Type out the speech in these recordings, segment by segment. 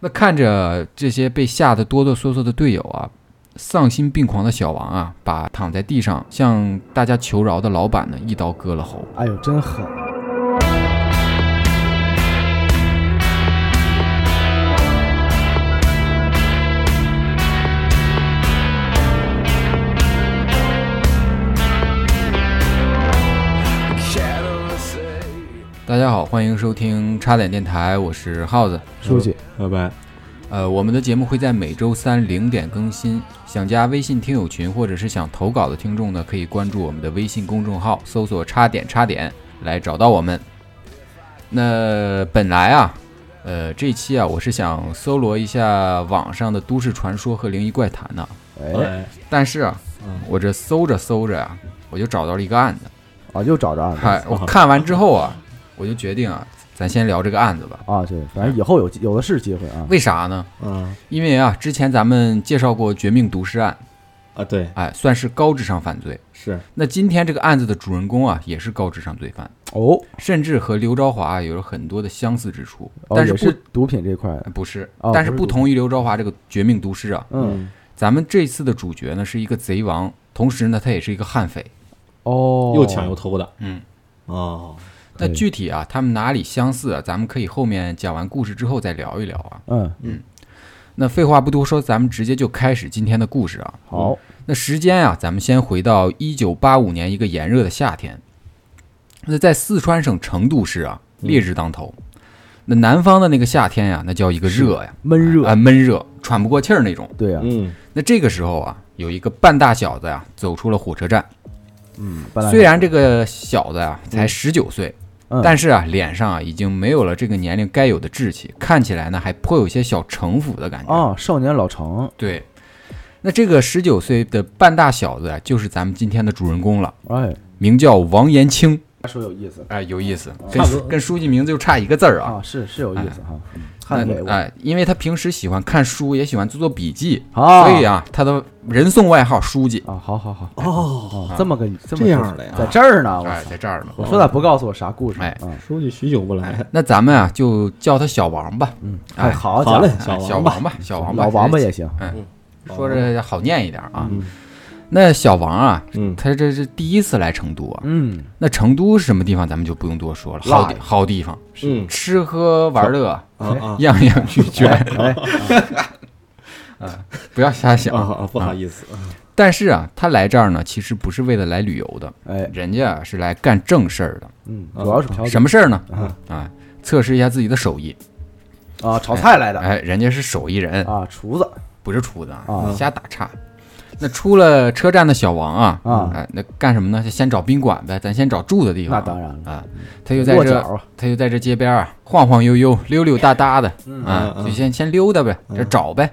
那看着这些被吓得哆哆嗦嗦的队友啊，丧心病狂的小王啊，把躺在地上向大家求饶的老板呢，一刀割了喉。哎呦，真狠！嗯大家好，欢迎收听差点电台，我是耗子。书记，拜拜。呃，我们的节目会在每周三零点更新。想加微信听友群或者是想投稿的听众呢，可以关注我们的微信公众号，搜索“差点差点”来找到我们。那本来啊，呃，这期啊，我是想搜罗一下网上的都市传说和灵异怪谈呢、哎，但是啊嗯，我这搜着搜着啊，我就找到了一个案子。啊，又找着案子嗨，我看完之后啊，我就决定啊，咱先聊这个案子吧。啊，对，反正以后有有的是机会啊。为啥呢？嗯因为啊，之前咱们介绍过《绝命毒师案》，啊，对，哎，算是高智商犯罪。是那今天这个案子的主人公啊，也是高智商罪犯，哦，甚至和刘昭华啊有了很多的相似之处，哦但是不也是毒品这块的，不是，哦但是不是不同于刘昭华这个绝命毒师啊，嗯，咱们这次的主角呢是一个贼王，同时呢他也是一个悍匪。哦，又抢又偷的嗯，哦，那对具体啊他们哪里相似啊，咱们可以后面讲完故事之后再聊一聊啊。嗯，那废话不多说，咱们直接就开始今天的故事啊。好，那时间啊，咱们先回到一九八五年一个炎热的夏天。那在四川省成都市啊，嗯烈日当头。那南方的那个夏天呀、那叫一个热呀，闷啊、热，闷热，喘不过气儿那种。对啊呀，嗯，那这个时候啊，有一个半大小子呀、走出了火车站。本来虽然这个小子呀、才十九岁，嗯但是啊，脸上啊已经没有了这个年龄该有的稚气，看起来呢还颇有些小城府的感觉。啊，少年老成对，那这个十九岁的半大小子啊，就是咱们今天的主人公了，哎，名叫王延清。说有意思哎，有意思，差不多跟跟书记名字就差一个字儿啊。啊，是是有意思哈，嗯那汉伟我哎，因为他平时喜欢看书，也喜欢做做笔记，啊，所以啊，他的人送外号“书记啊，好好好，哦，哦，这么个这么这样的呀在这儿”。呢，我哎，操，在这儿呢。我说咋不告诉我啥故事？哎嗯，书记许久不来，那咱们啊，就叫他小王吧。嗯，哎哎，好家哎好伙嘞，，哎小王吧，吧，小王吧，老王八也行，说着好念一点啊。嗯那小王啊，嗯，他这是第一次来成都啊。嗯，那成都是什么地方，咱们就不用多说了，辣好地好地方，嗯吃喝玩乐。啊 啊样样俱全，哎，不要瞎啊想。啊，不好意思，但是啊，他来这儿呢，其实不是为了来旅游的，哎，人家啊是来干正事儿的。嗯，主要是嫖什么事儿呢？啊啊，测试一下自己的手艺。啊，炒菜来的哎，人家是手艺人，啊，厨子不是厨子啊啊，瞎打岔。那出了车站的小王啊，啊哎，那干什么呢？就先找宾馆呗，咱先找住的地方。那当然了啊，他就在落脚这，啊，他就在这街边啊晃晃悠悠、溜溜达达的，啊，嗯就先先溜达呗，嗯这找呗。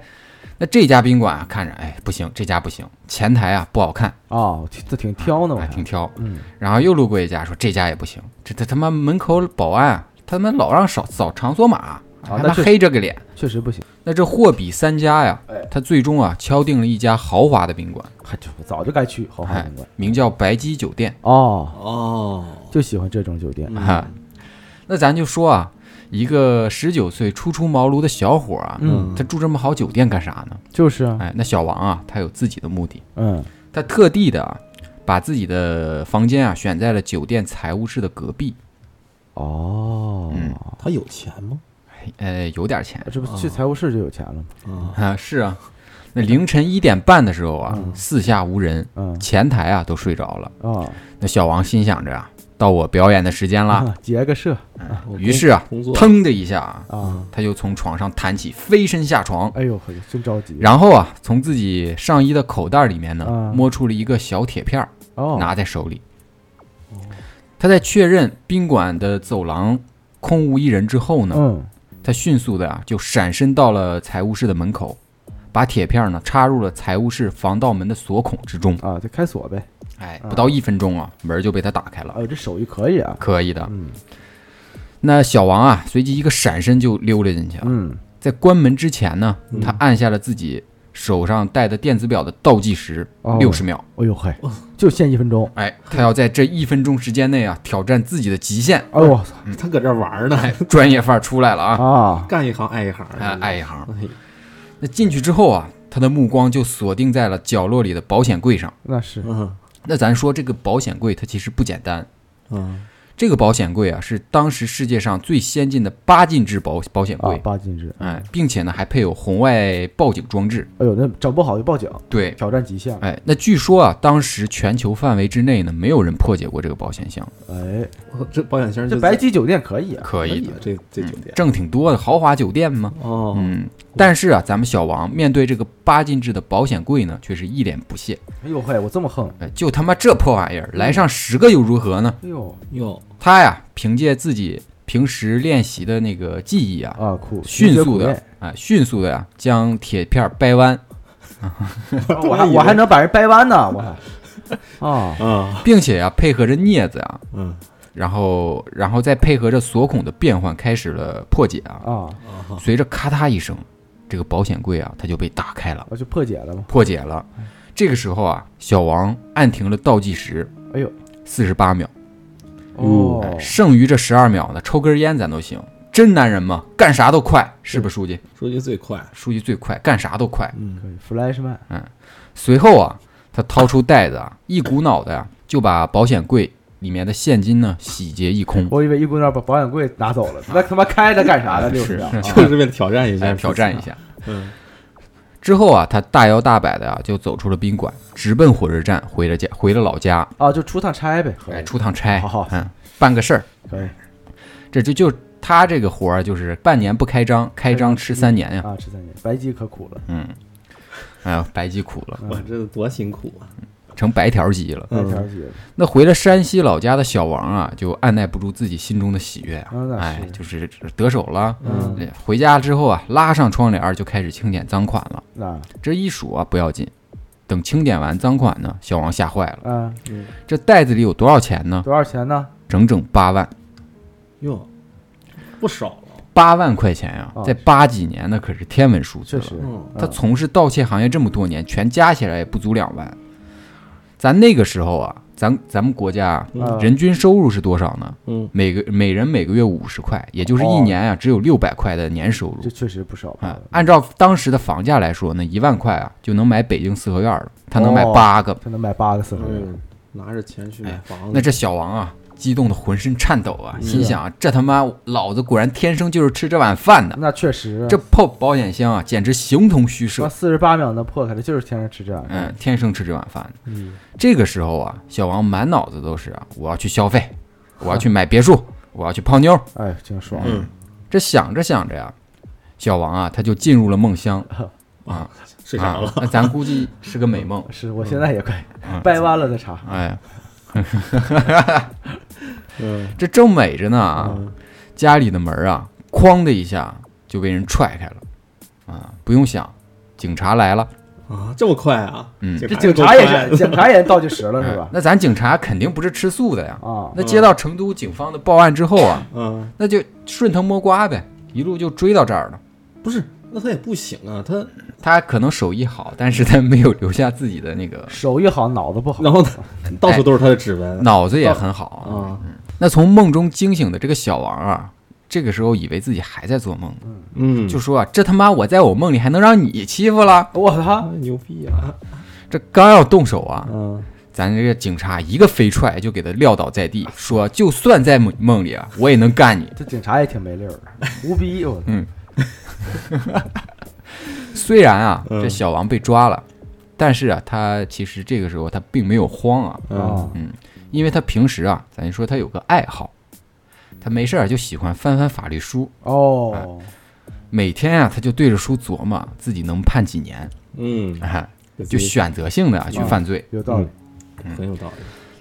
那这家宾馆啊，看着，哎，不行，这家不行，前台啊不好看，哦，挺这挺挑呢，我哎，挺看，挑。嗯，然后又路过一家，说这家也不行，这他他妈门口保安啊，他妈老让扫扫场所码，还他哦那妈是黑着个脸。确实不行，那这货比三家呀哎，他最终啊敲定了一家豪华的宾馆，还就早就该去豪华哎宾馆，名叫白鸡酒店。哦，哦，啊就喜欢这种酒店，哈，那咱就说啊，一个十九岁初出茅庐的小伙啊，嗯他住这么好酒店干啥呢？就是啊，哎，那小王啊，他有自己的目的，嗯，他特地的啊，把自己的房间啊选在了酒店财务室的隔壁。哦，嗯他有钱吗？呃，有点钱这不去财务室就有钱了吗？啊，啊，是啊。那凌晨一点半的时候啊，四下无人，嗯前台啊都睡着了。啊那小王心想着啊，到我表演的时间啦，啊， 结个社嗯我于是啊工作，腾的一下啊，啊，他就从床上弹起，飞身下床，哎呦，嘿真着急，然后啊，从自己上衣的口袋里面呢，嗯摸出了一个小铁片儿，哦，拿在手里。他在确认宾馆的走廊空无一人之后呢，嗯，他迅速的啊就闪身到了财务室的门口，把铁片儿呢插入了财务室防盗门的锁孔之中。啊，就开锁呗，哎，嗯不到一分钟啊，门就被他打开了。哎呦，这手艺可以啊，可以的，嗯那小王啊，随即一个闪身就溜了进去了。嗯，在关门之前呢，他按下了自己手上戴的电子表的倒计时哦六十秒。哎呦嘿，哦就限一分钟。哎，他要在这一分钟时间内啊，挑战自己的极 限。哎呦我操他搁这玩儿呢，哎，专业范儿出来了啊！啊！干一行爱一行，哎，爱一行。哎，那进去之后啊，他的目光就锁定在了角落里的保险柜上。那是嗯那咱说这个保险柜，它其实不简单。嗯，这个保险柜啊，是当时世界上最先进的八进制保保险啊柜，，八进制。哎，并且呢还配有红外报警装置。哎呦，那整不好就报警，对，挑战极限了。哎，那据说啊，当时全球范围之内呢，没有人破解过这个保险箱，哎，我这保险箱就这白鸡酒店可以啊，可以的，的，这这酒店挣挺多的豪华酒店嘛。哦，嗯，但是啊，咱们小王面对这个八进制的保险柜呢，却是一脸不屑。哎呦嘿，我这么横，哎，就他妈这破玩意儿，来上十个又如何呢？哎呦哟，他呀，凭借自己平时练习的那个技艺啊，啊酷，迅速直的接啊，迅速的呀、将铁片儿掰 弯，苦练，我还我还能把人掰弯呢，我 还啊，啊，并且啊，配合着镊子啊，嗯然后然后再配合着锁孔的变换，开始了破解啊。啊，啊，随着咔嗒一声，这个保险柜啊，它就被打开了，我就破解了嘛。破解了。这个时候啊，小王按停了倒计时，哎呦，四十八秒，哟哦，剩余这十二秒呢，抽根烟咱都行。真男人嘛，干啥都快，是不是书记？说句最快，书记最快，干啥都快。嗯， 可以，Flashman，随后啊，他掏出袋子啊，一股脑的呀、就把保险柜里面的现金呢洗劫一空。我以为一姑娘把保险柜拿走了，那他妈开它干啥呢？六十是啊秒，是就是为了哎挑战一来下，哎挑战一，下。嗯，之后啊，他大摇大摆的啊，就走出了宾馆，直奔火车站，回了家，回了老家，啊，就出趟差呗，可哎，以，出趟差，好好嗯，办个事儿。可以这就就他这个活儿，啊就是半年不开张，开张吃三年哎呀。啊，吃三年，白鸡可苦了，嗯，哎呀，白鸡苦了，我这多辛苦啊，成白条鸡了。白嗯条鸡，那回了山西老家的小王啊，就按耐不住自己心中的喜悦啊啊那，是哎，就是得手了。嗯，回家之后啊，拉上窗帘儿就开始清点赃款了。那这一数啊不要紧，等清点完赃款呢，小王吓坏了。啊，嗯这袋子里有多少钱呢？多少钱呢？整整八万，哟，不少了，八万块钱呀、啊在八几年那可是天文数字确了。实，嗯他嗯从事盗窃行业这么多年，全加起来也不足两万。咱那个时候啊，咱咱们国家啊啊人均收入是多少呢？嗯，每个每人每个月五十块，也就是一哦年啊只有六百块的年收入这。嗯确实不少吧啊，按照当时的房价来说呢，一万块啊就能买北京四合院了，他能买哦八个。他能买八个四合院，嗯，拿着钱去买房子，那这小王啊，激动的浑身颤抖啊，嗯心想啊这他妈老子果然天生就是吃这碗饭的。那确实，这破保险箱啊，简直形同虚设。四十八秒能破开的，就是天上吃这样的，嗯，天生吃这碗饭的。嗯这个时候啊，小王满脑子都是啊，我要去消费，我要去买别墅，我要去泡妞。哎，挺爽，嗯，这想着想着呀、小王啊，他就进入了梦乡啊睡着啊了，，那咱估计是个美梦。是我现在也快嗯掰弯了再查，哎，嗯 这正美着呢啊，嗯家里的门啊，哐的一下就被人踹开了，啊，不用想，警察来了，啊，这么快啊，嗯这警察也是，警察也倒计时了是哎吧？那咱警察肯定不是吃素的呀，啊，那接到成都警方的报案之后啊，嗯，那就顺藤摸瓜呗，一路就追到这儿了。不是，那他也不行啊，他他可能手艺好，但是他没有留下自己的那个手艺好，脑子不好，然后呢， 到处都是他的指纹，脑子也很好。啊，那从梦中惊醒的这个小王啊，这个时候以为自己还在做梦，嗯，就说啊，这他妈我在我梦里还能让你欺负了？我操，啊，牛逼啊！这刚要动手啊，嗯，咱这个警察一个飞踹就给他撂倒在地，说就算在梦梦里啊，我也能干你。这警察也挺没溜儿的，无逼我操，虽然啊，嗯这小王被抓了，但是啊，他其实这个时候他并没有慌啊，啊嗯，因为他平时啊，咱就说他有个爱好，他没事儿就喜欢翻翻法律书，哦，哎每天啊他就对着书琢磨自己能判几年，嗯，哎就选择性的啊去犯罪。有道理，很有道理。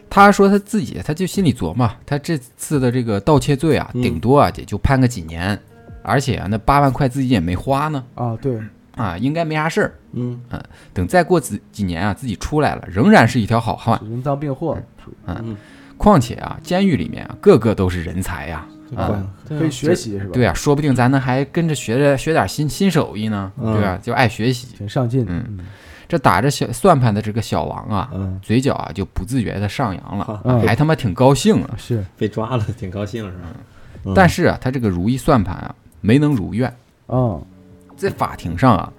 他说他自己，他就心里琢磨，他这次的这个盗窃罪啊，嗯顶多啊也就判个几年，而且啊那八万块自己也没花呢。啊，对，啊，应该没啥事儿。嗯等再过几几年啊，自己出来了，仍然是一条好汉。人赃并获，嗯况且啊，监狱里面啊，个个都是人才呀、对啊吧？对啊可以学习是吧？对啊，说不定咱能还跟着学着学点新新手艺呢，嗯对吧？就爱学习。挺上进的。嗯，这打着小算盘的这个小王啊，嗯，嘴角啊就不自觉的上扬了，哈还他妈挺高兴啊。是被抓了，挺高兴是吧？嗯但是啊，他这个如意算盘啊没能如愿，哦，在法庭上啊，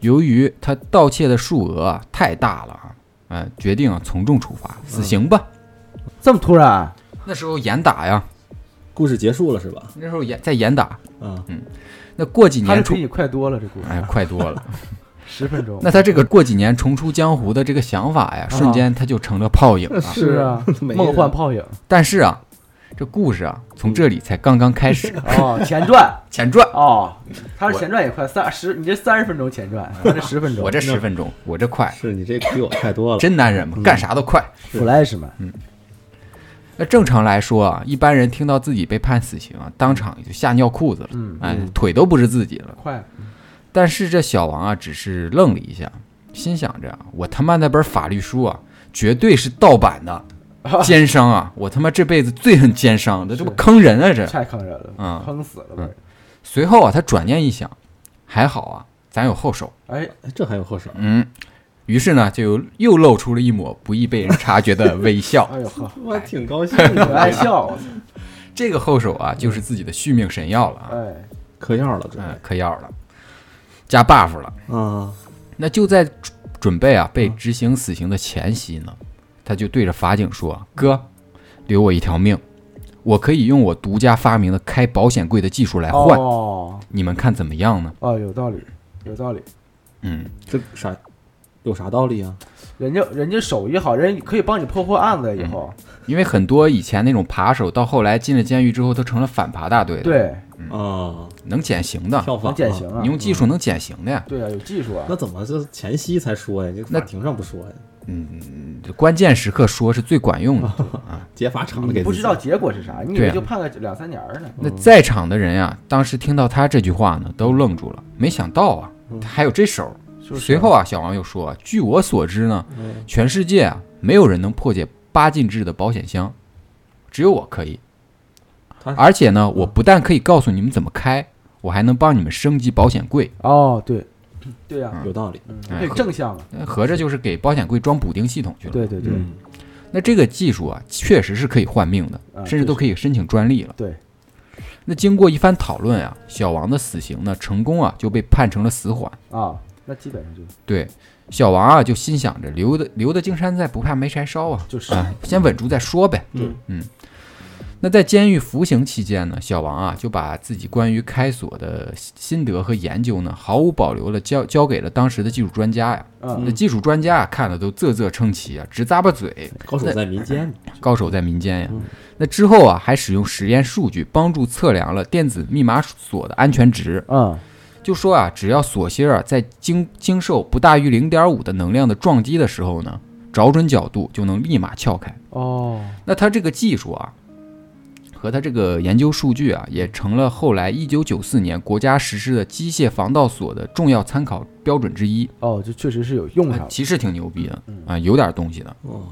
由于他盗窃的数额啊太大了啊，呃，决定啊从重处罚，死刑吧。这么突然，那时候严打呀，嗯故事结束了是吧？那时候严在严打，啊，，那过几他年这比重，你快多了，这故事哎，快多了。十分钟。那他这个过几年重出江湖的这个想法呀，啊瞬间他就成了泡影 了。是啊 没梦人幻泡影但是啊，这故事啊，从这里才刚刚开 始，哦，前传前传。哦，他是前传也快三十，你这三十分钟前 传，他这十分钟，我这十分钟，我这快，是你这比我快多了，哎真男人嘛，嗯干啥都快。 flash 嘛，嗯那正常来说啊，一般人听到自己被判死刑啊，当场就吓尿裤子了，嗯，哎，腿都不是自己了。快，但是这小王啊，只是愣了一下，心想着我他妈那本法律书啊，绝对是盗版的，奸商啊！我他妈这辈子最恨奸商的，这不是坑人啊这！太坑人了嗯，坑死了呗。随后啊，他转念一想，还好啊，咱有后手。哎，哎这还有后手，嗯，于是呢，就又又露出了一抹不易被人察觉的微 笑。哎呦呵， 我还挺高兴 可爱的，哎笑，我操这个后手啊，就是自己的续命神药了啊，哎，嗑药了，这嗯，嗑药了，加 buff 了。啊，那就在准准备啊嗯被执行死刑的前夕呢，他就对着法警说：“啊哥，留我一条命，我可以用我独家发明的开保险柜的技术来换，哦，你们看怎么样呢哦，有道理，有道理。？”嗯，这啥有啥道理啊？人家人家手艺好，人家可以帮你破获案子，以后因为很多以前那种扒手，到后来进了监狱之后，都成了反扒大队的，，对，啊，能减刑的，跳法能减刑啊嗯你。用技术能减刑的呀。对啊，有技术啊那。怎么这前夕才说呀？这那法庭上不说呀？嗯，关键时刻说是最管用的。哦劫法场子你给自己不知道结果是啥，你以对为啊就判个两三年儿呢？那在场的人呀、啊当时听到他这句话呢，都愣住了，没想到啊，嗯他还有这手儿。就是随后啊，小王又说：“据我所知呢，嗯全世界啊，没有人能破解八进制的保险箱，只有我可以他。而且嗯呢，我不但可以告诉你们怎么开，我还能帮你们升级保险柜。哦，对， 对呀，有道理，嗯，哎对正向啊，呃合着就是给保险柜装补丁系统去了。对对对，嗯，那这个技术啊，确实是可以换命的，啊嗯甚至都可以申请专利了。对，那经过一番讨论啊，小王的死刑呢，成功啊就被判成了死缓。啊，那基本上就对，小王啊就心想着留得留得青山在，不怕没柴烧啊，就是啊，先稳住再说呗。嗯嗯。那在监狱服刑期间呢，小王啊就把自己关于开锁的心得和研究呢，毫无保留的交交给了当时的技术专家呀。嗯那技术专家啊看了都啧啧称奇啊，直咂巴嘴。高手在民间，高手在民间呀。那之后啊，还使用实验数据帮助测量了电子密码锁的安全值。嗯，就说啊，只要锁芯儿啊在经经受不大于零点五的能量的撞击的时候呢，找准角度就能立马撬开。哦，那他这个技术啊，和他这个研究数据啊，也成了后来一九九四年国家实施的机械防盗锁的重要参考标准之一。哦，就确实是有用上啊了，其实挺牛逼的啊，有点东西的。哦，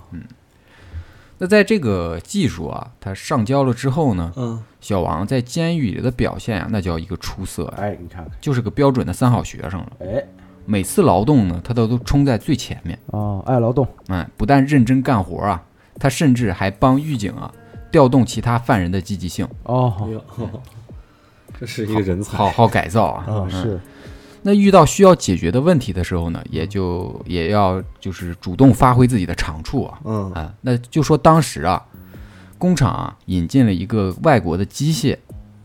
那在这个技术啊，它上交了之后呢，嗯，小王在监狱里的表现啊，那叫一个出色呀、哎，你看看，就是个标准的三好学生了。哎，每次劳动呢，他都都冲在最前面。哦，爱劳动，哎，不但认真干活啊，他甚至还帮狱警啊调动其他犯人的积极性，哎哦，呦， 这是一个人才，好好改造啊。啊，是，那遇到需要解决的问题的时候呢，也就也要就是主动发挥自己的长处啊。嗯啊，那就说当时啊，工厂啊引进了一个外国的机械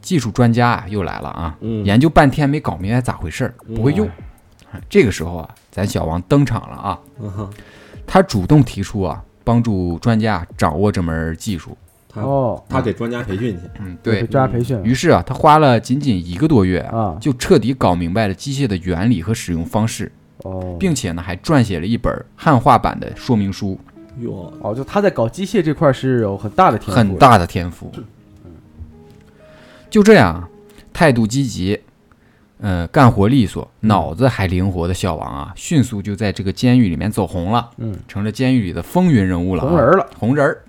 技术专家啊，又来了啊，嗯研究半天没搞明白咋回事儿，嗯不会用。哎这个时候啊，咱小王登场了啊，嗯哼，他主动提出啊，帮助专家掌握这门技术。他哦，他给专家培训去，嗯，给对专家培训于是啊，他花了仅仅一个多月啊，啊，就彻底搞明白了机械的原理和使用方式，哦，并且呢，还撰写了一本汉化版的说明书，哟，哦，就他在搞机械这块儿是有很大的天赋，很，大的天赋。就这样啊，态度积极，呃，干活利索，脑子还灵活的小王啊，迅速就在这个监狱里面走红了，嗯，成了监狱里的风云人物了、啊，红人儿了，红人儿。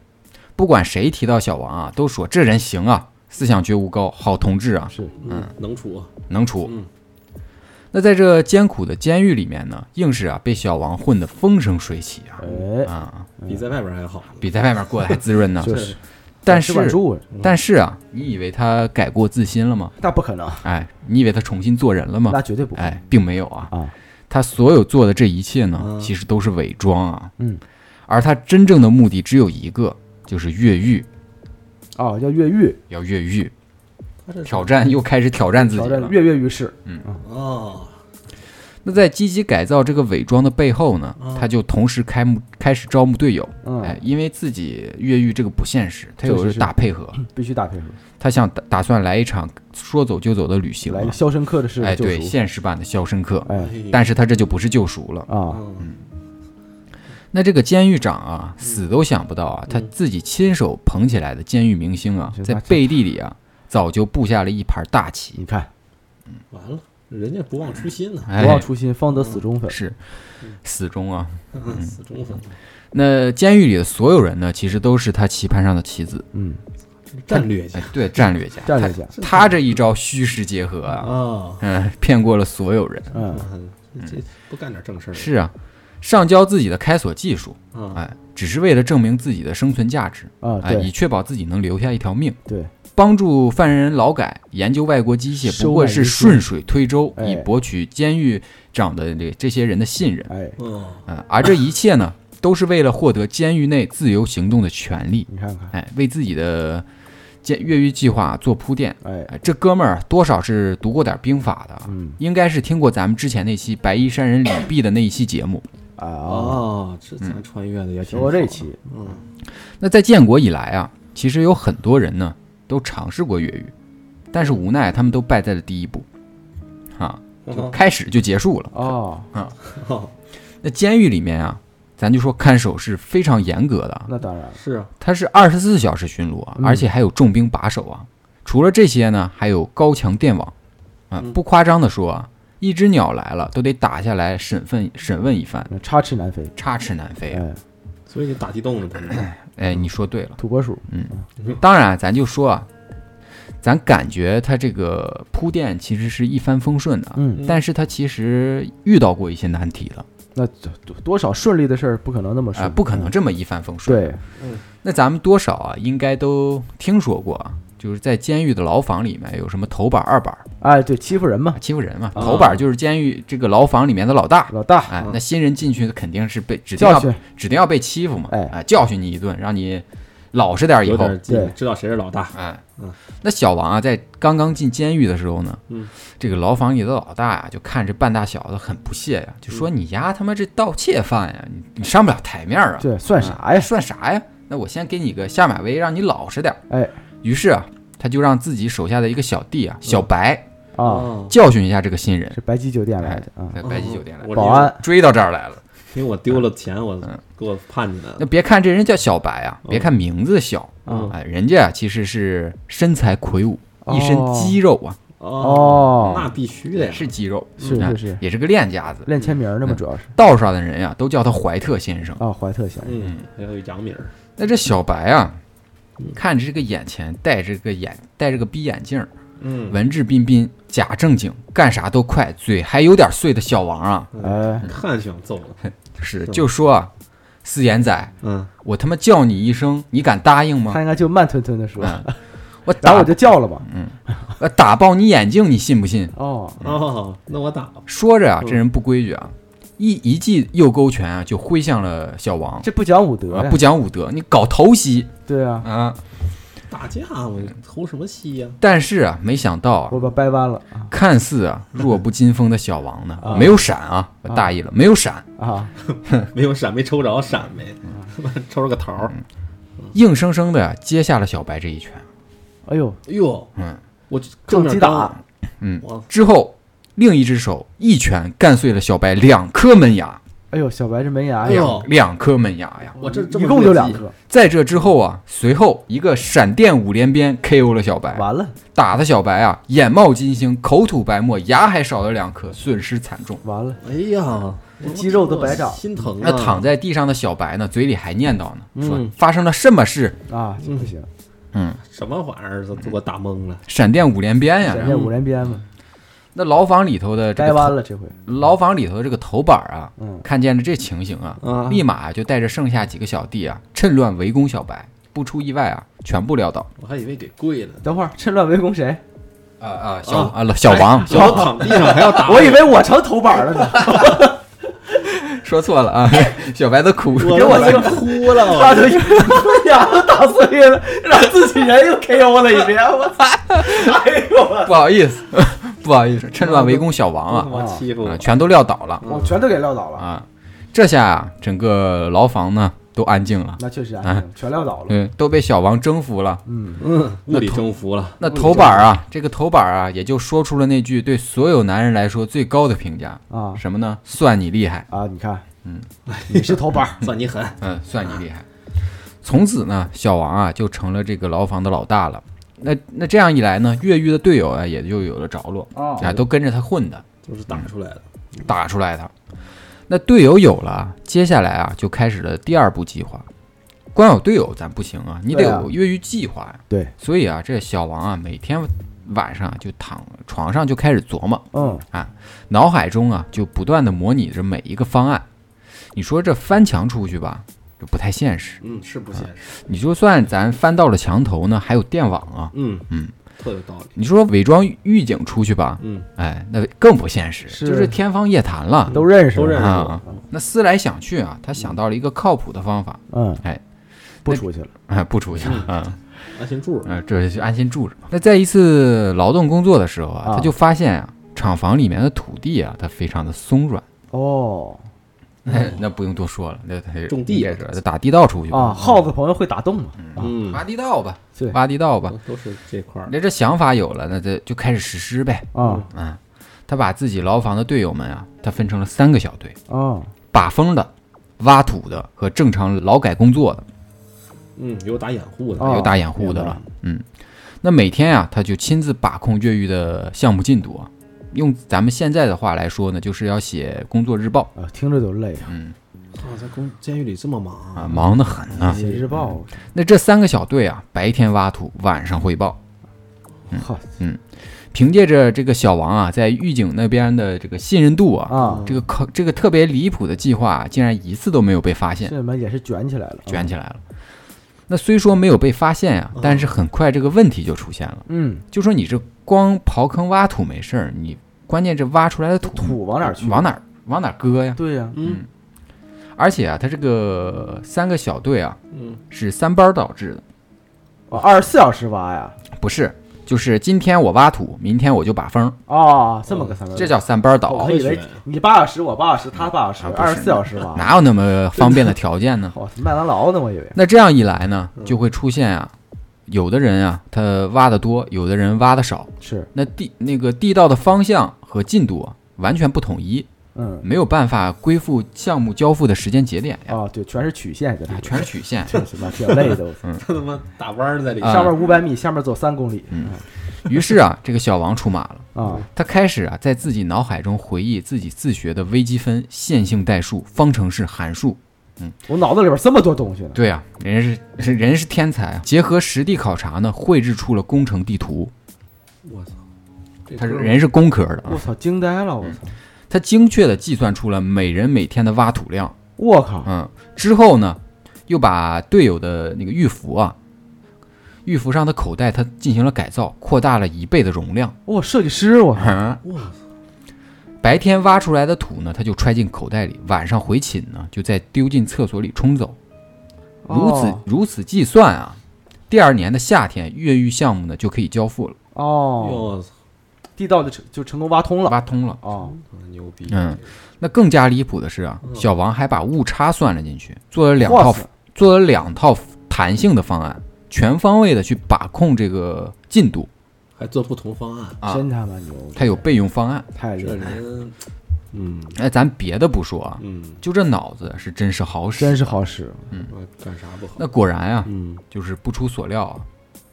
不管谁提到小王啊，都说这人行啊，思想觉悟高，好同志啊，是嗯，能处，能处。嗯那在这艰苦的监狱里面呢，硬是啊被小王混得风生水起啊哎，。啊，比在外边还好。比在外面过得还滋润呢 就是嗯但吃管是住，但是啊，你以为他改过自新了吗？那不可能，哎，你以为他重新做人了吗？那绝对不可能哎，并没有啊。啊！他所有做的这一切呢，嗯其实都是伪装啊。嗯，而他真正的目的只有一个，就是越狱，哦，要越狱，要越狱，他这挑战又开始挑战自己挑战了。跃跃欲试，哦，那在积极改造这个伪装的背后呢，啊嗯他就同时开幕开始招募队友。哎嗯，，因为自己越狱这个不现实，他确有实是大配 合，必须打配合，他想打打算来一场说走就走的旅行来一啊个。肖申克的式哎，的救对，赎，现实版的《肖申克》，哎嗯但是是他这就不是救赎了。啊，嗯那这个监狱长啊，嗯死都想不到啊，他自己亲手捧起来的监狱明星啊这，在大家背地里啊，早就布下了一盘大棋。你看完了，人家不忘初心呢，嗯不忘哎，初嗯心，方得死忠粉，是死忠啊。死忠粉，那监狱里的所有人呢，其实都是他棋盘上的棋子，嗯，战略哎 家，对，战略家。战略家，他他这一招虚实结合啊，啊，嗯，骗过了所有人。嗯，这不干点正事儿是啊，上交自己的开锁技术，啊，哎，只是为了证明自己的生存价值，啊，哎，以对确保自己能留下一条命。对，帮助犯人劳改、研究外国机械，收买不过是顺水推舟，哎以博取监狱长的这这些人的信任哎，嗯，啊、而这一切呢，都是为了获得监狱内自由行动的权利，你看看，哎，为自己的监越狱计划做铺垫。哎，哎，这哥们儿多少是读过点兵法的啊，嗯应该是听过咱们之前那期白衣山人李泌的那一期节目。啊，哦，这咱穿越的也挺听过这，期，嗯，那在建国以来啊，其实有很多人呢都尝试过越狱，但是无奈他们都败在了第一步，啊，嗯就开始就结束了。哦，那监狱里面啊，咱就说看守是非常严格的啊，那当然了，是啊，它是二十四小时巡逻啊，嗯而且还有重兵把守啊。除了这些呢，还有高墙电网，啊，嗯不夸张的说啊，一只鸟来了都得打下来审问审问一番，那插翅难飞，插翅难飞啊。哎，所以你打地洞了，他们哎，你说对了。土拨鼠，当然，咱就说啊，咱感觉他这个铺垫其实是一帆风顺的啊，嗯，但是他其实遇到过一些难题了，那这多多少顺利的事儿不可能那么啊、顺，不可能嗯，这么一帆风顺。，对，那咱们多少啊，应该都听说过啊，就是在监狱的牢房里面有什么头板、二板哎，对，欺负人嘛啊，，欺负人嘛，啊头板就是监狱这个牢房里面的老大。老大哎嗯，那新人进去肯定是被指定啊教要训，指定要被欺负嘛，哎啊，教训你一顿，让你老实点儿以有后，点记知道谁是老大，哎嗯，那小王啊，在刚刚进监狱的时候呢，嗯这个牢房里的老大呀、就看这半大小子很不屑呀、就说你丫他妈这盗窃犯呀、你你上不了台面啊，这算啥呀？算啥呀？那我先给你个下马威，让你老实点儿。哎，于是啊，他就让自己手下的一个小弟啊，小白、啊，，嗯教训一下这个新人，是白鸡酒店来的啊，在白鸡酒店来，保安，追到这儿来了。因为我丢了钱，我嗯给我判进来那了。别看这人叫小白啊，嗯别看名字小，嗯哎，人家啊其实是身材魁梧，一身哦肌肉啊，哦那必须的也呀，是肌肉，是哎是是，也是个练家子。练签名儿的嘛，嗯主要是道上的人呀、都叫他怀特先生。啊，怀特先生，嗯，还有杨米儿，那这小白啊，嗯看着这个眼前戴着个眼戴着个逼眼镜儿，嗯，文质彬彬，假正经，干啥都快，嘴还有点碎的小王啊，哎，看想揍了，是是就说啊，四眼仔，嗯，我他妈叫你一声，你敢答应吗他？应该就慢吞吞的说，嗯，我然后打我就叫了嘛，我打爆你眼镜，你信不信？哦，哦，那我打吧，说着啊，嗯这人不规矩啊，一一记右勾拳啊，就挥向了小王，这不讲武德啊呀不，讲武德，你搞头袭对啊，啊！打架我投什么戏呀？但是啊，没想到啊，我把掰弯了啊看似啊弱不禁风的小王呢啊，没有闪啊，我大意了，没有闪，啊，没有闪，没抽着，闪没， 抽着个桃儿，嗯硬生生的接下了小白这一拳。哎呦，哎呦，嗯，我正面击打，嗯我之后另一只手一拳干碎了小白两颗门牙，哎呦，小白这门牙哎呦两两颗门牙呀！我这这么一共就弱两，鸡颗，在这之后啊，随后一个闪电五连鞭 KO 了小白，完了打的小白啊眼冒金星，口吐白沫，牙还少了两颗，损失惨重。完了，哎呀，我肌肉都白长心疼那啊！躺在地上的小白呢，嘴里还念叨呢，说嗯发生了什么事？啊，这不行，嗯，什么玩意儿？都给我打懵了。闪电五连哎鞭呀、嗯闪然后电五连鞭嘛，那牢房里头的这掰个弯头了这回，牢房里头的这个头板啊，嗯，看见了这情形啊，啊，立马就带着剩下几个小弟啊，趁乱围攻小白。不出意外啊，全部撂倒。我还以为给跪了。等会儿趁乱围攻谁？啊啊，小小啊小 王，小躺地上还要打我以为我成头板了呢，说错了啊， 小白都哭了。给我这这个个哭 了，他就俩都打碎了，让自己人又 KO 了一遍，我操！哎呦我，不好意思， 不好意思，趁乱围攻小王我欺负啊，啊我，全都撂倒了我全都给撂倒了，啊。这下啊整个牢房呢都安静了，那确实安静，全撂倒了。嗯，都被小王征服了。嗯，嗯，物理征服了。那头板啊，这个头板啊，也就说出了那句对所有男人来说最高的评价，啊什么呢？算你厉害，啊，你看，嗯，你是头 板，算你狠，嗯，算你厉害。从此呢，小王啊就成了这个牢房的老大了。那那这样一来呢，越狱的队友啊也就有了着落哦啊，都跟着他混的。就是打出来的。打出来的。那队友有了，接下来啊就开始了第二步计划。光有队友咱不行啊，你得对啊有越狱计划呀、对，所以啊，这小王啊每天晚上啊就躺床上就开始琢磨，嗯，脑海中啊就不断的模拟着每一个方案。你说这翻墙出去吧，这不太现实。嗯，是不现实。你就算咱翻到了墙头呢，还有电网啊。嗯嗯，特有道理。你说伪装狱警出去吧，嗯，哎，那更不现实，是就是天方夜谭了。都认识，都认识啊。那思来想去啊，他想到了一个靠谱的方法， 嗯，哎，不出去了，哎，不出去了，嗯，安心柱，呃，这就安心住着嘛。那在一次劳动工作的时候啊，啊他就发现啊，厂房里面的土地啊，它非常的松软。哦， 那不用多说了，那他种地也是他打地道出去吧嗯啊，，耗子朋友会打洞嘛？啊，嗯，挖地道吧，对，挖地道吧。都都是这块儿。那这想法有了，那这就开始实施呗。啊嗯，他把自己牢房的队友们啊，他分成了三个小队，啊，把风的、挖土的和正常劳改工作的。嗯，有打掩护的，哦有打掩护的了明。嗯，那每天啊，他就亲自把控越狱的项目进度啊。用咱们现在的话来说呢，就是要写工作日报。啊，听着都累啊，嗯啊，在公监狱里这么忙嗯啊，忙得很呢、写日报，那这三个小队啊，白天挖土，晚上汇报。哈凭借着这个小王啊，在狱警那边的这个信任度啊，啊，这个靠这个特别离谱的计划啊、竟然一次都没有被发现这，里面也是卷起来了，卷，起来了。那虽说没有被发现啊嗯，但是很快这个问题就出现了。嗯，就说你这光刨坑挖土没事儿，你关键这挖出来的土土往哪儿去？嗯往哪儿往哪儿搁呀？对呀，嗯而且啊，他这个三个小队啊嗯，是三班倒制的，哦二十四小时挖呀，不是，就是今天我挖土，明天我就把风，啊，这么个三轮，哦这叫三班倒。哦我以为你八小时，我八小时，他八小时啊，不是二十四小时挖，哪有那么方便的条件 呢？我麦当劳呢，我以为，那这样一来呢，嗯就会出现啊，有的人啊他挖的多，有的人挖的少，是，那地那个地道的方向和进度啊完全不统一，嗯，没有办法归附项目交付的时间节点呀，啊，对，全是曲线的，啊全是曲线。确实吧，挺累 的，我操他他妈打弯儿在里啊嗯上面五百米，下面走三公里，于是啊，这个小王出马了，啊，他开始啊，在自己脑海中回忆自己自学的微积分、线性代数、方程式、函数。我脑子里边这么多东西呢，对啊，人是是人是天才啊！结合实地考察呢，绘制出了工程地图。我操，这他是哥们儿人是工科的我啊，操，惊呆了，我操，他精确的计算出了每人每天的挖土量。我靠，嗯，之后呢，又把队友的那个玉服啊，玉服上的口袋，他进行了改造，扩大了一倍的容量。我设计师，我哇塞，白天挖出来的土呢，他就揣进口袋里；晚上回寝呢，就再丢进厕所里冲走。如此哦如此计算啊，第二年的夏天，越狱项目呢就可以交付了，哦，我操，地道就成就成功挖通了，挖通了。哦，牛逼！嗯，那更加离谱的是啊，嗯小王还把误差算了进去，做了两哇套塞，做了两套弹性的方案，全方位的去把控这个进度还做不同方案，啊。真他妈牛逼，他有备用方案。太这厉害，人，嗯哎，咱别的不说啊，嗯，就这脑子是真是好使。真是好使，我干啥不好？那果然啊，嗯，就是不出所料啊，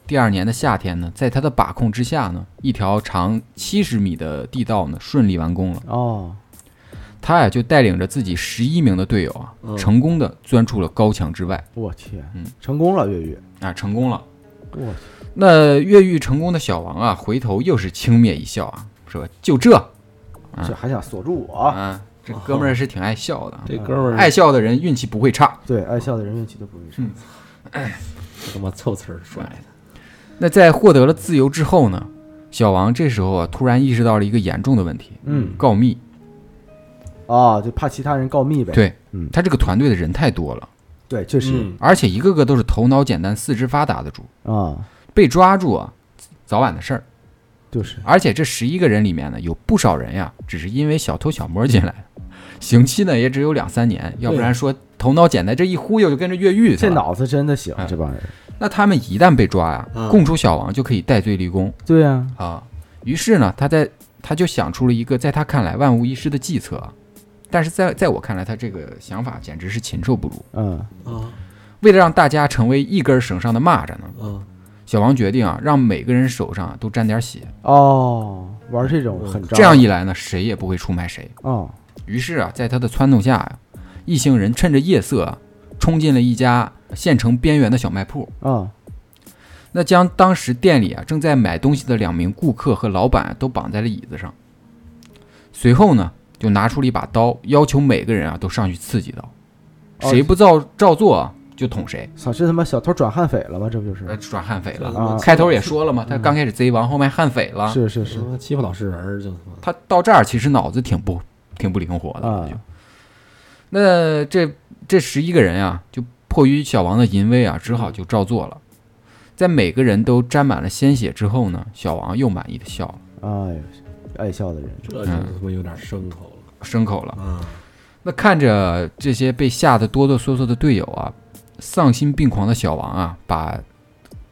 第二年的夏天呢，在他的把控之下呢，一条长七十米的地道呢顺利完工了。哦，他呀就带领着自己十一名的队友啊，嗯成功的钻出了高墙之外我天嗯，成功了越狱，啊，成功了。我去，那越狱成功的小王啊，回头又是轻蔑一笑啊，说就这这还想锁住我？啊，这哥们儿是挺爱笑的啊，这哥们儿爱笑的人运气不会差。对，爱笑的人运气都不会差。他妈凑词儿甩哎的，那在获得了自由之后呢，小王这时候啊，突然意识到了一个严重的问题，嗯，告密。啊，就怕其他人告密呗。对嗯，他这个团队的人太多了，对，确实嗯而且一个个都是头脑简单、四肢发达的主，啊，被抓住啊，早晚的事儿。就是而且这十一个人里面呢，有不少人呀，只是因为小偷小摸进来的，刑期呢也只有两三年，要不然说头脑简单这一忽悠就跟着越狱去这了。脑子真的行哎，这帮人。那他们一旦被抓呀、嗯供出小王就可以戴罪立功对啊，啊。于是呢，他在他就想出了一个在他看来万无一失的计策啊，但是在在我看来，他这个想法简直是禽兽不如。嗯，啊为了让大家成为一根绳上的蚂蚱呢，啊，小王决定啊，让每个人手上啊都沾点血，哦，玩这种很这样一一来呢，谁也不会出卖谁。哦，于是啊，在他的撺掇下呀、一行人趁着夜色、啊、冲进了一家县城边缘的小卖铺。啊那将当时店里啊正在买东西的两名顾客和老板都绑在了椅子上。随后呢，就拿出了一把刀，要求每个人啊都上去刺几刀，哦谁不照照做啊就捅谁。操，这他妈小偷转悍匪了吗？这不就是呃，？转悍匪这了。他妈啊开头也说了嘛，他刚开始贼王，后面悍匪了。是是欺负是他妈欺负老实人儿，就他妈他到这儿其实脑子挺不挺不灵活的。啊就那这这十一个人啊，就迫于小王的淫威啊，只好就照做了。在每个人都沾满了鲜血之后呢，小王又满意的笑了，哎呦，爱笑的人，这就他妈有点牲口了牲口了。啊！那看着这些被吓得哆哆嗦嗦的队友啊，丧心病狂的小王啊，把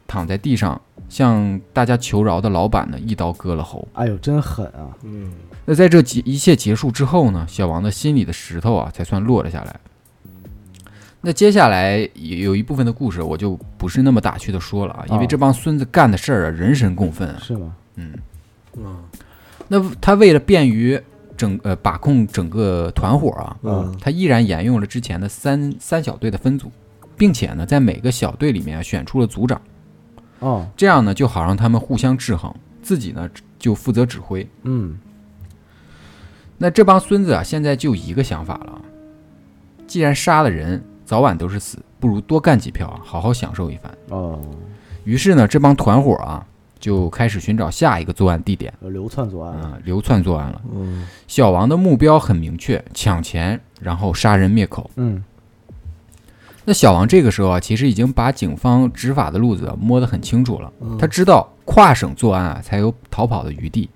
躺在地上向大家求饶的老板呢，一刀割了喉。哎呦，真狠啊！嗯，那在这结一切结束之后呢，小王的心里的石头啊，才算落了下来。那接下来有有一部分的故事，我就不是那么打趣的说了啊，因为哦这帮孙子干的事儿啊，人神共愤啊。是吗？嗯，啊那他为了便于整呃把控整个团伙啊，嗯他依然沿用了之前的三三小队的分组，并且呢，在每个小队里面啊选出了组长，哦，这样呢就好让他们互相制衡，自己呢就负责指挥。嗯，那这帮孙子啊，现在就一个想法了啊：既然杀了人，早晚都是死，不如多干几票啊，好好享受一番。哦，于是呢，这帮团伙啊，就开始寻找下一个作案地点流窜作案啊，流窜作案了。嗯小王的目标很明确，抢钱，然后杀人灭口。嗯，那小王这个时候啊，其实已经把警方执法的路子摸得很清楚了，嗯他知道跨省作案啊才有逃跑的余地。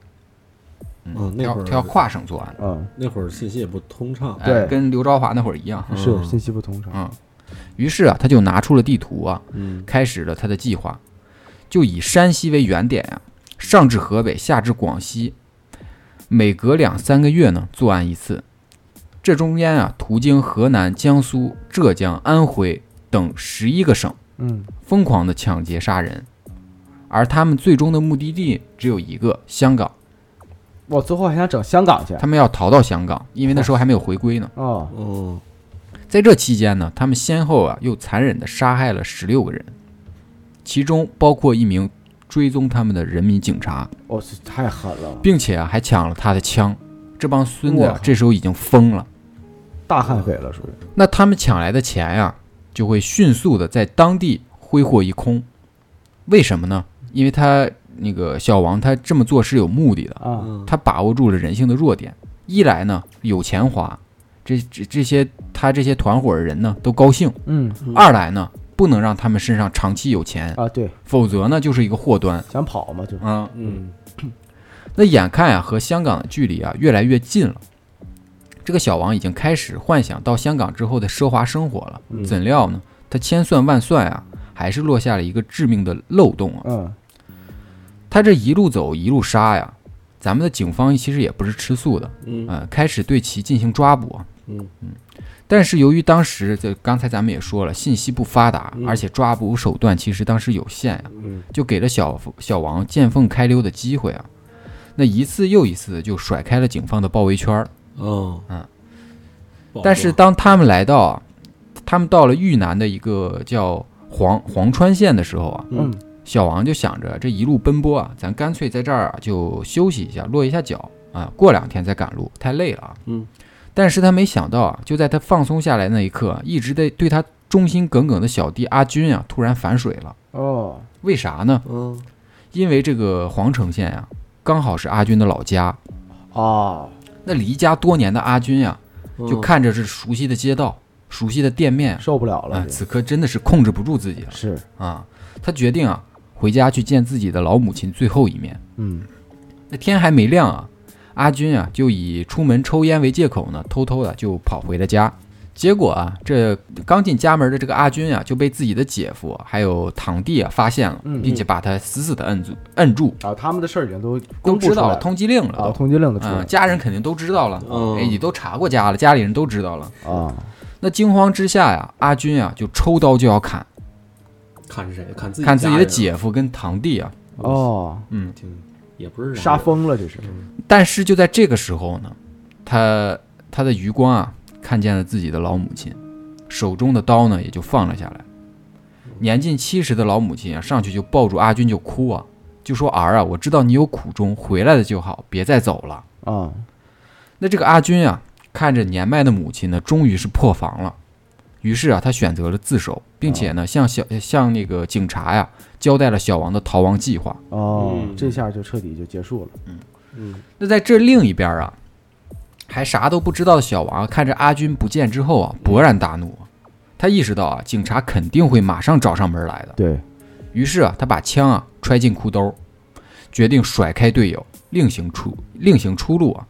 嗯他那要会儿他要跨省作案，嗯，那会儿信息也不通畅，哎对跟刘朝华那会儿一样哈。是嗯信息不通畅。嗯，于是啊，他就拿出了地图啊，嗯开始了他的计划，就以山西为原点啊，上至河北，下至广西，每隔两三个月呢作案一次。这中间啊，途经河南、江苏、浙江、安徽等十一个省，嗯，疯狂的抢劫杀人，而他们最终的目的地只有一个——香港。我哦最后还想整香港去啊他。们要逃到香港，因为那时候还没有回归呢。哦，嗯在这期间呢，他们先后啊又残忍地杀害了十六个人，其中包括一名追踪他们的人民警察，我去，太狠了，并且啊还抢了他的枪。这帮孙子哇啊这时候已经疯了，大悍匪了，属于。那他们抢来的钱呀、啊就会迅速地在当地挥霍一空。为什么呢？因为他那个小王他这么做是有目的的，啊，嗯他把握住了人性的弱点。一来呢有钱花，这这这些他这些团伙的人呢都高兴。嗯，嗯二来呢，不能让他们身上长期有钱，啊，对，否则呢就是一个祸端。想跑嘛，就啊、嗯那眼看啊和香港的距离啊越来越近了，这个小王已经开始幻想到香港之后的奢华生活了。嗯怎料呢，他千算万算啊，还是落下了一个致命的漏洞啊。嗯，他这一路走一路杀呀，咱们的警方其实也不是吃素的，嗯呃，开始对其进行抓捕啊。嗯但是由于当时这刚才咱们也说了，信息不发达，嗯而且抓捕手段其实当时有限啊，嗯就给了小小王见缝开溜的机会啊。那一次又一次地就甩开了警方的包围圈儿，哦嗯，但是当他们来到啊，他们到了豫南的一个叫黄黄川县的时候啊，嗯小王就想着这一路奔波啊，咱干脆在这儿啊就休息一下，落一下脚啊，过两天再赶路，太累了啊。嗯。但是他没想到啊，就在他放松下来那一刻，啊一直对对他忠心耿耿的小弟阿军啊，突然反水了。哦，为啥呢？嗯，因为这个皇城县呀、刚好是阿军的老家。哦，那离家多年的阿军呀、就嗯看着这熟悉的街道、熟悉的店面，受不了了，啊，此刻真的是控制不住自己了是，啊！他决定啊，回家去见自己的老母亲最后一面。嗯，那天还没亮啊，阿军啊就以出门抽烟为借口呢，偷偷的就跑回了家。结果啊，这刚进家门的这个阿军啊，就被自己的姐夫还有堂弟啊发现了嗯，并且把他死死的摁住，摁住，啊，他们的事儿已经都都公布知出道来了通缉令了啊，都，通缉令的出嗯、来家人肯定都知道了，嗯哎，也都查过家了，家里人都知道了。啊，那惊慌之下呀，阿军啊就抽刀就要砍，看是谁，看自己看自己家的人，姐夫跟堂弟啊，哦，嗯，挺也不是啥杀人疯了这是，但是就在这个时候呢，他他的余光啊看见了自己的老母亲，手中的刀呢也就放了下来。年近七十的老母亲啊，上去就抱住阿军就哭啊，就说儿啊，我知道你有苦衷，回来了就好，别再走了。啊，那这个阿军啊，看着年迈的母亲呢，终于是破防了，于是啊，他选择了自首，并且呢，向小向那个警察呀、交代了小王的逃亡计划。哦，嗯这下就彻底就结束了，嗯，那在这另一边啊，还啥都不知道的小王啊看着阿军不见之后啊，勃然大怒。他意识到啊，警察肯定会马上找上门来的。对，于是啊，他把枪啊揣进裤兜，决定甩开队友，另行出另行出路啊。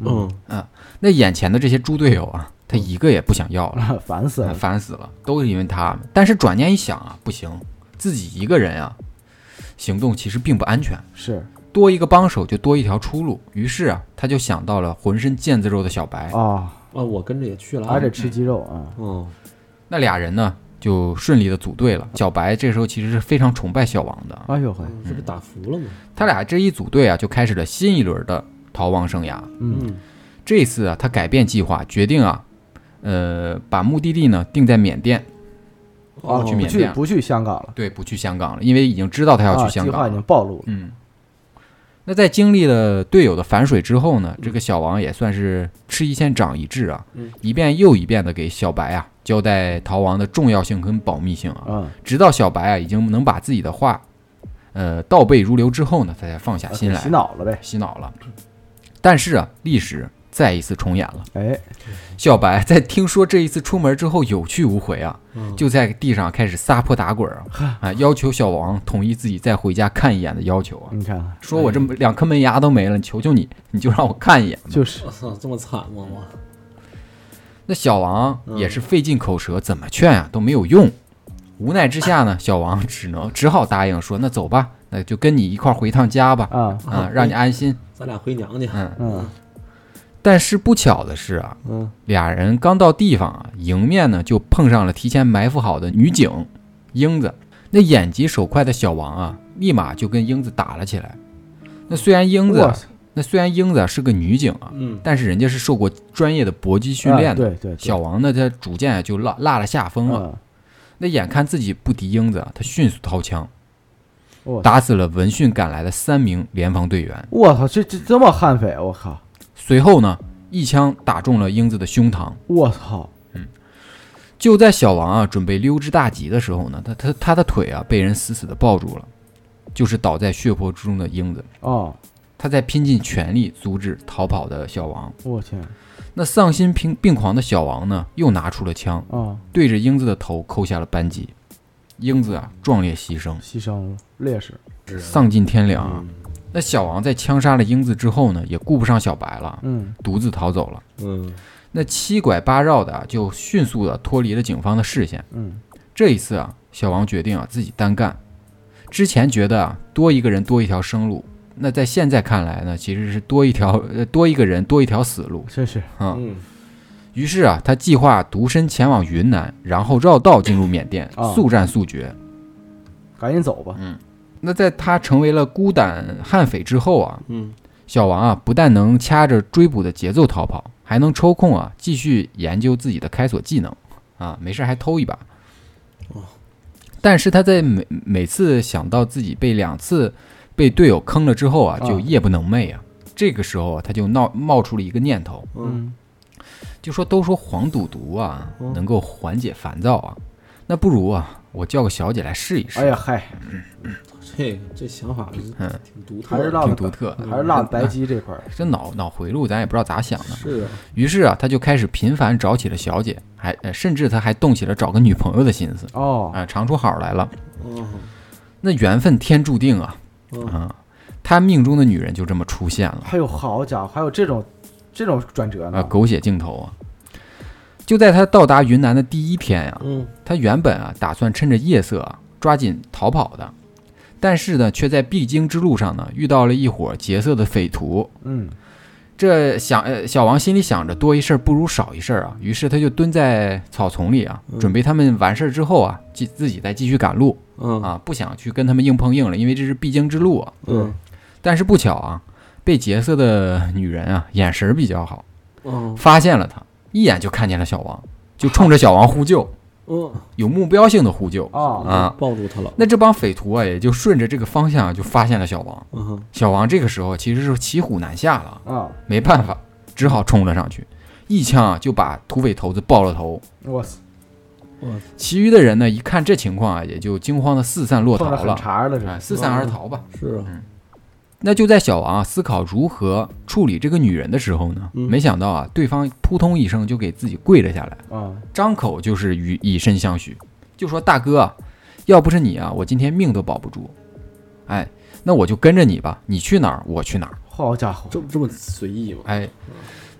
嗯，那眼前的这些猪队友啊，他一个也不想要了， 烦死哎了，烦死了，都是因为他。但是转念一想啊，不行，自己一个人啊，行动其实并不安全。是多一个帮手就多一条出路。于是啊，他就想到了浑身腱子肉的小白。啊，啊，我跟着也嗯去了，还得吃鸡肉啊，嗯，那俩人呢，就顺利的组队了。小白这时候其实是非常崇拜小王的，哎呦嘿，这嗯不打服了吗？他俩这一组队啊，就开始了新一轮的逃亡生涯。嗯，这次啊，他改变计划，决定啊，呃，把目的地呢定在缅甸，啊，哦哦去不缅去甸不去香港了，对，不去香港了，因为已经知道他要啊，去香计港划已了。经暴露了，嗯，那在经历了队友的反水之后呢，这个小王也算是吃一堑长一智啊，嗯一遍又一遍的给小白啊交代逃亡的重要性跟保密性啊，嗯，直到小白啊已经能把自己的话，呃倒背如流之后呢，他才放下心来，呃洗脑了呗，洗脑了。但是啊，历史再一次重演了。哎，小白在听说这一次出门之后有去无回啊，嗯就在地上开始撒泼打滚儿啊，啊，要求小王同意自己再回家看一眼的要求啊。你看看，说我这么两颗门牙都没了，你求求你，你就让我看一眼。就是我操，这么惨吗？我那小王嗯也是费尽口舌，怎么劝啊都没有用。无奈之下呢，小王只能只好答应说：“那走吧，那就跟你一块儿回趟家吧，啊，啊，让你安心。咱俩回娘家，”嗯。嗯，但是不巧的是啊，嗯，俩人刚到地方啊，迎面呢就碰上了提前埋伏好的女警英子。那眼疾手快的小王啊，立马就跟英子打了起来。那虽然英子哇啊，那虽然英子啊是个女警啊，嗯，但是人家是受过专业的搏击训练啊的。对对，对小王呢，他逐渐就落落了下风了。嗯，那眼看自己不敌英子啊，他迅速掏枪，我打死了闻讯赶来的三名联防队员。我操，这这这么悍匪，我靠，随后呢，一枪打中了英子的胸膛。我操，就在小王啊准备溜之大吉的时候呢，他他他的腿啊被人死死的抱住了，就是倒在血泊之中的英子。哦，他在拼尽全力阻止逃跑的小王。我天，那丧心病病狂的小王呢，又拿出了枪，啊，对着英子的头扣下了扳机。英子啊，壮烈牺牲，牺牲了，烈士，是丧尽天良啊。嗯那小王在枪杀了英子之后呢，也顾不上小白了，嗯，独自逃走了。嗯，那七拐八绕的啊，就迅速的脱离了警方的视线。嗯，这一次啊，小王决定啊自己单干。之前觉得啊多一个人多一条生路，那在现在看来呢，其实是多一条呃多一个人多一条死路真是，啊、嗯，于是啊，他计划独身前往云南，然后绕道进入缅甸啊，速战速决。赶紧走嗯吧，那在他成为了孤胆悍匪之后啊，嗯，小王啊不但能掐着追捕的节奏逃跑，还能抽空啊继续研究自己的开锁技能啊，没事还偷一把。哦但是他在每每次想到自己被两次被队友坑了之后啊，啊就夜不能寐啊。这个时候啊，他就闹冒出了一个念头，嗯，就说都说黄赌毒啊嗯能够缓解烦躁啊，那不如啊我叫个小姐来试一试，哎呀嗨，这这想法是嗯挺独特还是的，落挺的独特的。还是落在 白鸡这块儿，这脑脑回路咱也不知道咋想的。是啊，于是啊，他就开始频繁找起了小姐，还呃甚至他还动起了找个女朋友的心思哦，啊，尝出好来了。嗯那缘分天注定啊嗯，啊，他命中的女人就这么出现了。还有好家伙，还有这种这种转折啊，呢，狗血镜头啊！就在他到达云南的第一天呀、嗯，他原本啊打算趁着夜色啊抓紧逃跑的，但是呢，却在必经之路上呢遇到了一伙劫色的匪徒。嗯，这想呃，小王心里想着多一事不如少一事啊，于是他就蹲在草丛里啊，嗯准备他们完事儿之后啊，继自己再继续赶路嗯啊，不想去跟他们硬碰硬了，因为这是必经之路啊。嗯但是不巧啊，被劫色的女人啊眼神儿比较好，嗯发现了他，一眼就看见了小王，就冲着小王呼救，嗯，有目标性的呼救。哦，啊抱住他了，那这帮匪徒啊，也就顺着这个方向就发现了小王。嗯哼小王这个时候其实是骑虎难下了，啊，没办法，只好冲了上去，一枪啊就把土匪头子爆了头。我操，我其余的人呢，一看这情况啊，也就惊慌的四散落逃碰着狠了，茬儿了啊，这，四散而逃吧。是啊，那就在小王啊思考如何处理这个女人的时候呢，嗯没想到啊，对方扑通一声就给自己跪了下来。啊，张口就是与以身相许，就说大哥，啊要不是你啊，我今天命都保不住。哎，那我就跟着你吧，你去哪儿我去哪儿。好家伙，这这么随意吗？哎，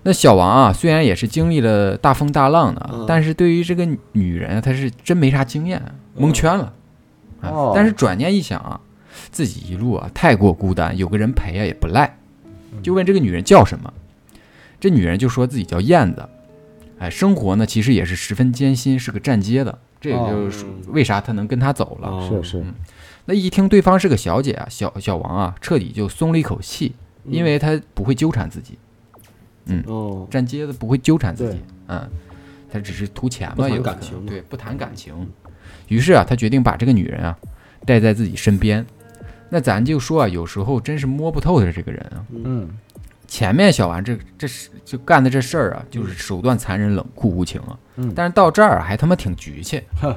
那小王啊，虽然也是经历了大风大浪的嗯，但是对于这个女人啊，她是真没啥经验，嗯蒙圈了。哎哦但是转念一想啊，自己一路啊太过孤单，有个人陪啊也不赖，嗯就问这个女人叫什么。这女人就说自己叫燕子。哎，生活呢其实也是十分艰辛，是个站街的。这也就是哦为啥她能跟他走了。哦是是，那一听对方是个小姐啊，小小王啊，彻底就松了一口气，嗯因为他不会纠缠自己。嗯哦，站街的不会纠缠自己对，嗯，他只是图钱不嘛，谈有感可能情嘛对，不谈感情。于是啊，他决定把这个女人啊带在自己身边。那咱就说啊，有时候真是摸不透的这个人啊。嗯，前面小王这这是就干的这事儿啊，嗯就是手段残忍、冷酷无情啊。嗯但是到这儿啊还他妈挺局气哼，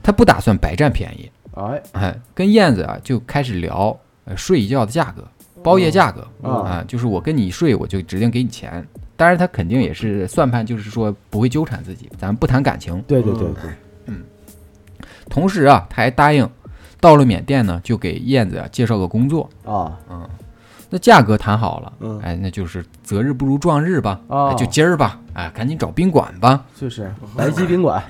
他不打算白占便宜，哎，哎，跟燕子啊就开始聊、呃、睡一觉的价格，包夜价格啊、哦就是我跟你睡，我就指定给你钱。当然，他肯定也是算盘，就是说不会纠缠自己，咱们不谈感情。对对对对，同时啊，他还答应，到了缅甸呢，就给燕子啊介绍个工作。啊那价格谈好了，嗯哎，那就是择日不如撞日吧，哦哎就今儿吧，哎，赶紧找宾馆吧。就是白鸡宾馆，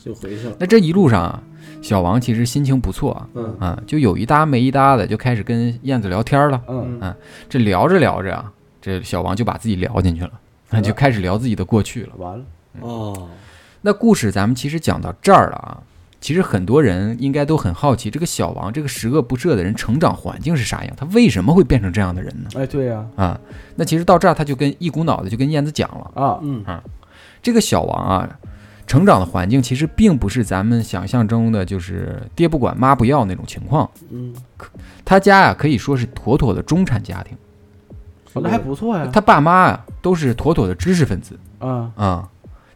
就回去了，那这一路上啊，小王其实心情不错啊，嗯啊，就有一搭没一搭的就开始跟燕子聊天了。嗯，这聊着聊着啊，这小王就把自己聊进去了，那就开始聊自己的过去嗯了。完了，嗯哦，那故事咱们其实讲到这儿了啊，其实很多人应该都很好奇，这个小王这个十恶不赦的人成长环境是啥样，他为什么会变成这样的人呢？哎，对呀，啊，那其实到这儿他就跟一股脑的就跟燕子讲了，啊，嗯这个小王啊，成长的环境其实并不是咱们想象中的就是爹不管妈不要那种情况，嗯，他家啊呀、可以说是妥妥的中产家庭，哦那还不错呀，他爸妈啊都是妥妥的知识分子。嗯啊，啊，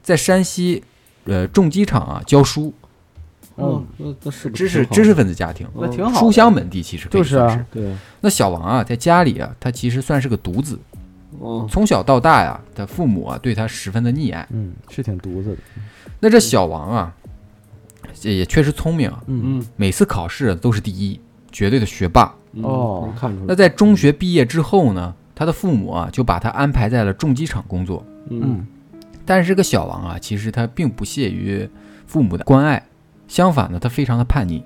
在山西，呃，重机厂啊教书，哦，那那是不知识挺好知识分子家庭，那挺好的，书香门第其实可以就是算啊是。对，那小王啊，在家里啊，他其实算是个独子，哦，从小到大呀、他父母啊对他十分的溺爱。嗯，是挺犊子的，那这小王啊，也也确实聪明啊，嗯，嗯每次考试啊都是第一，绝对的学霸。嗯哦能看出那来，在中学毕业之后呢，他的父母啊就把他安排在了重机厂工作。嗯，但是这个小王啊，其实他并不屑于父母的关爱，相反呢，他非常的叛逆。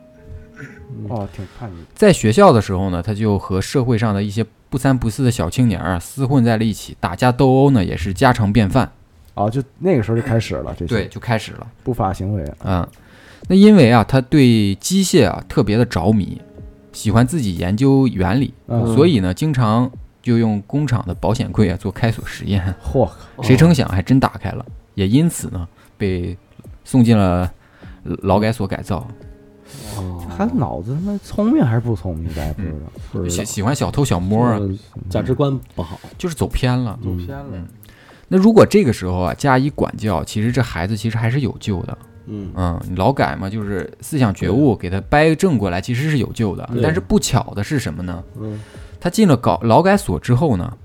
嗯嗯哦，挺叛逆的，在学校的时候呢，他就和社会上的一些不三不四的小青年儿啊厮混在了一起，打架斗殴呢也是家常便饭。哦，就那个时候就开始了，这嗯对，些就开始了。不法行为，嗯，那因为啊，他对机械啊特别的着迷，喜欢自己研究原理，嗯所以呢，经常就用工厂的保险柜啊做开锁实验。嚯，哦谁成想还真打开了，也因此呢被送进了劳改所改造。他脑子他妈聪明还是不聪明，咱也不知道。不知喜道喜欢小偷小摸啊，嗯价值观不好，就是走偏了。嗯走偏了。那如果这个时候啊加以管教，其实这孩子其实还是有救的。嗯，嗯，你劳改嘛，就是思想觉悟，给他掰正过来，其实是有救的。对但是不巧的是什么呢？嗯，他进了搞劳改所之后呢，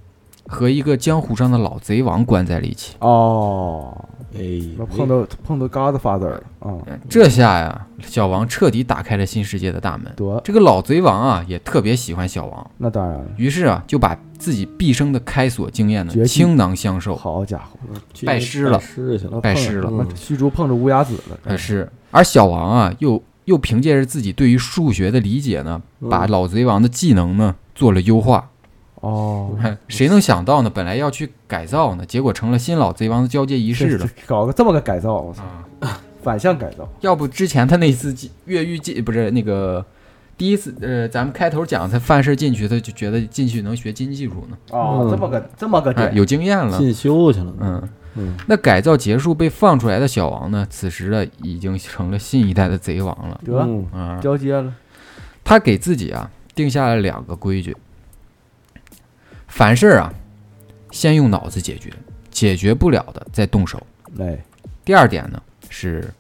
和一个江湖上的老贼王关在了一起。哦，哎，那碰到碰到 Godfather 了啊，嗯这下呀，小王彻底打开了新世界的大门。得这个老贼王啊，也特别喜欢小王，那当然了，于是啊，就把自己毕生的开锁经验呢绝，技倾囊相授。好家伙，去拜师了拜师去了，哦嗯拜师了嗯那虚竹碰着乌鸦子了，呃，是。而小王啊，又又凭借着自己对于数学的理解呢，嗯把老贼王的技能呢做了优化。哦， 谁能想到呢？本来要去改造呢，结果成了新老贼王的交接仪式了。 搞个这么个改造，我操，啊！反向改造，要不之前他那次进越狱进不是那个第一次呃，咱们开头讲他犯事进去，他就觉得进去能学新技术呢，哦，嗯这么个这么啊个哎，点，有经验了。进修去了，嗯，嗯，那改造结束被放出来的小王呢，此时呢已经成了新一代的贼王了。得嗯啊、交接了，他给自己啊定下了两个规矩：凡事啊，先用脑子解决，解决不了的再动手。哎，第二点呢是，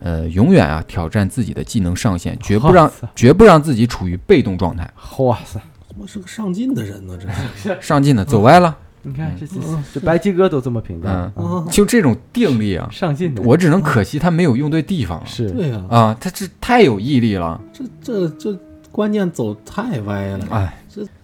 呃，永远啊挑战自己的技能上限，绝 不让哇塞绝不让自己处于被动状态。哇塞，他妈是个上进的人呢，这是，上进的走歪了，你看这这嗯这白鸡哥都这么评价，嗯啊啊，就这种定力啊，上进的我只能可惜他没有用对地方啊是对呀，啊，他这太有毅力了，这这这观念走太歪了，哎，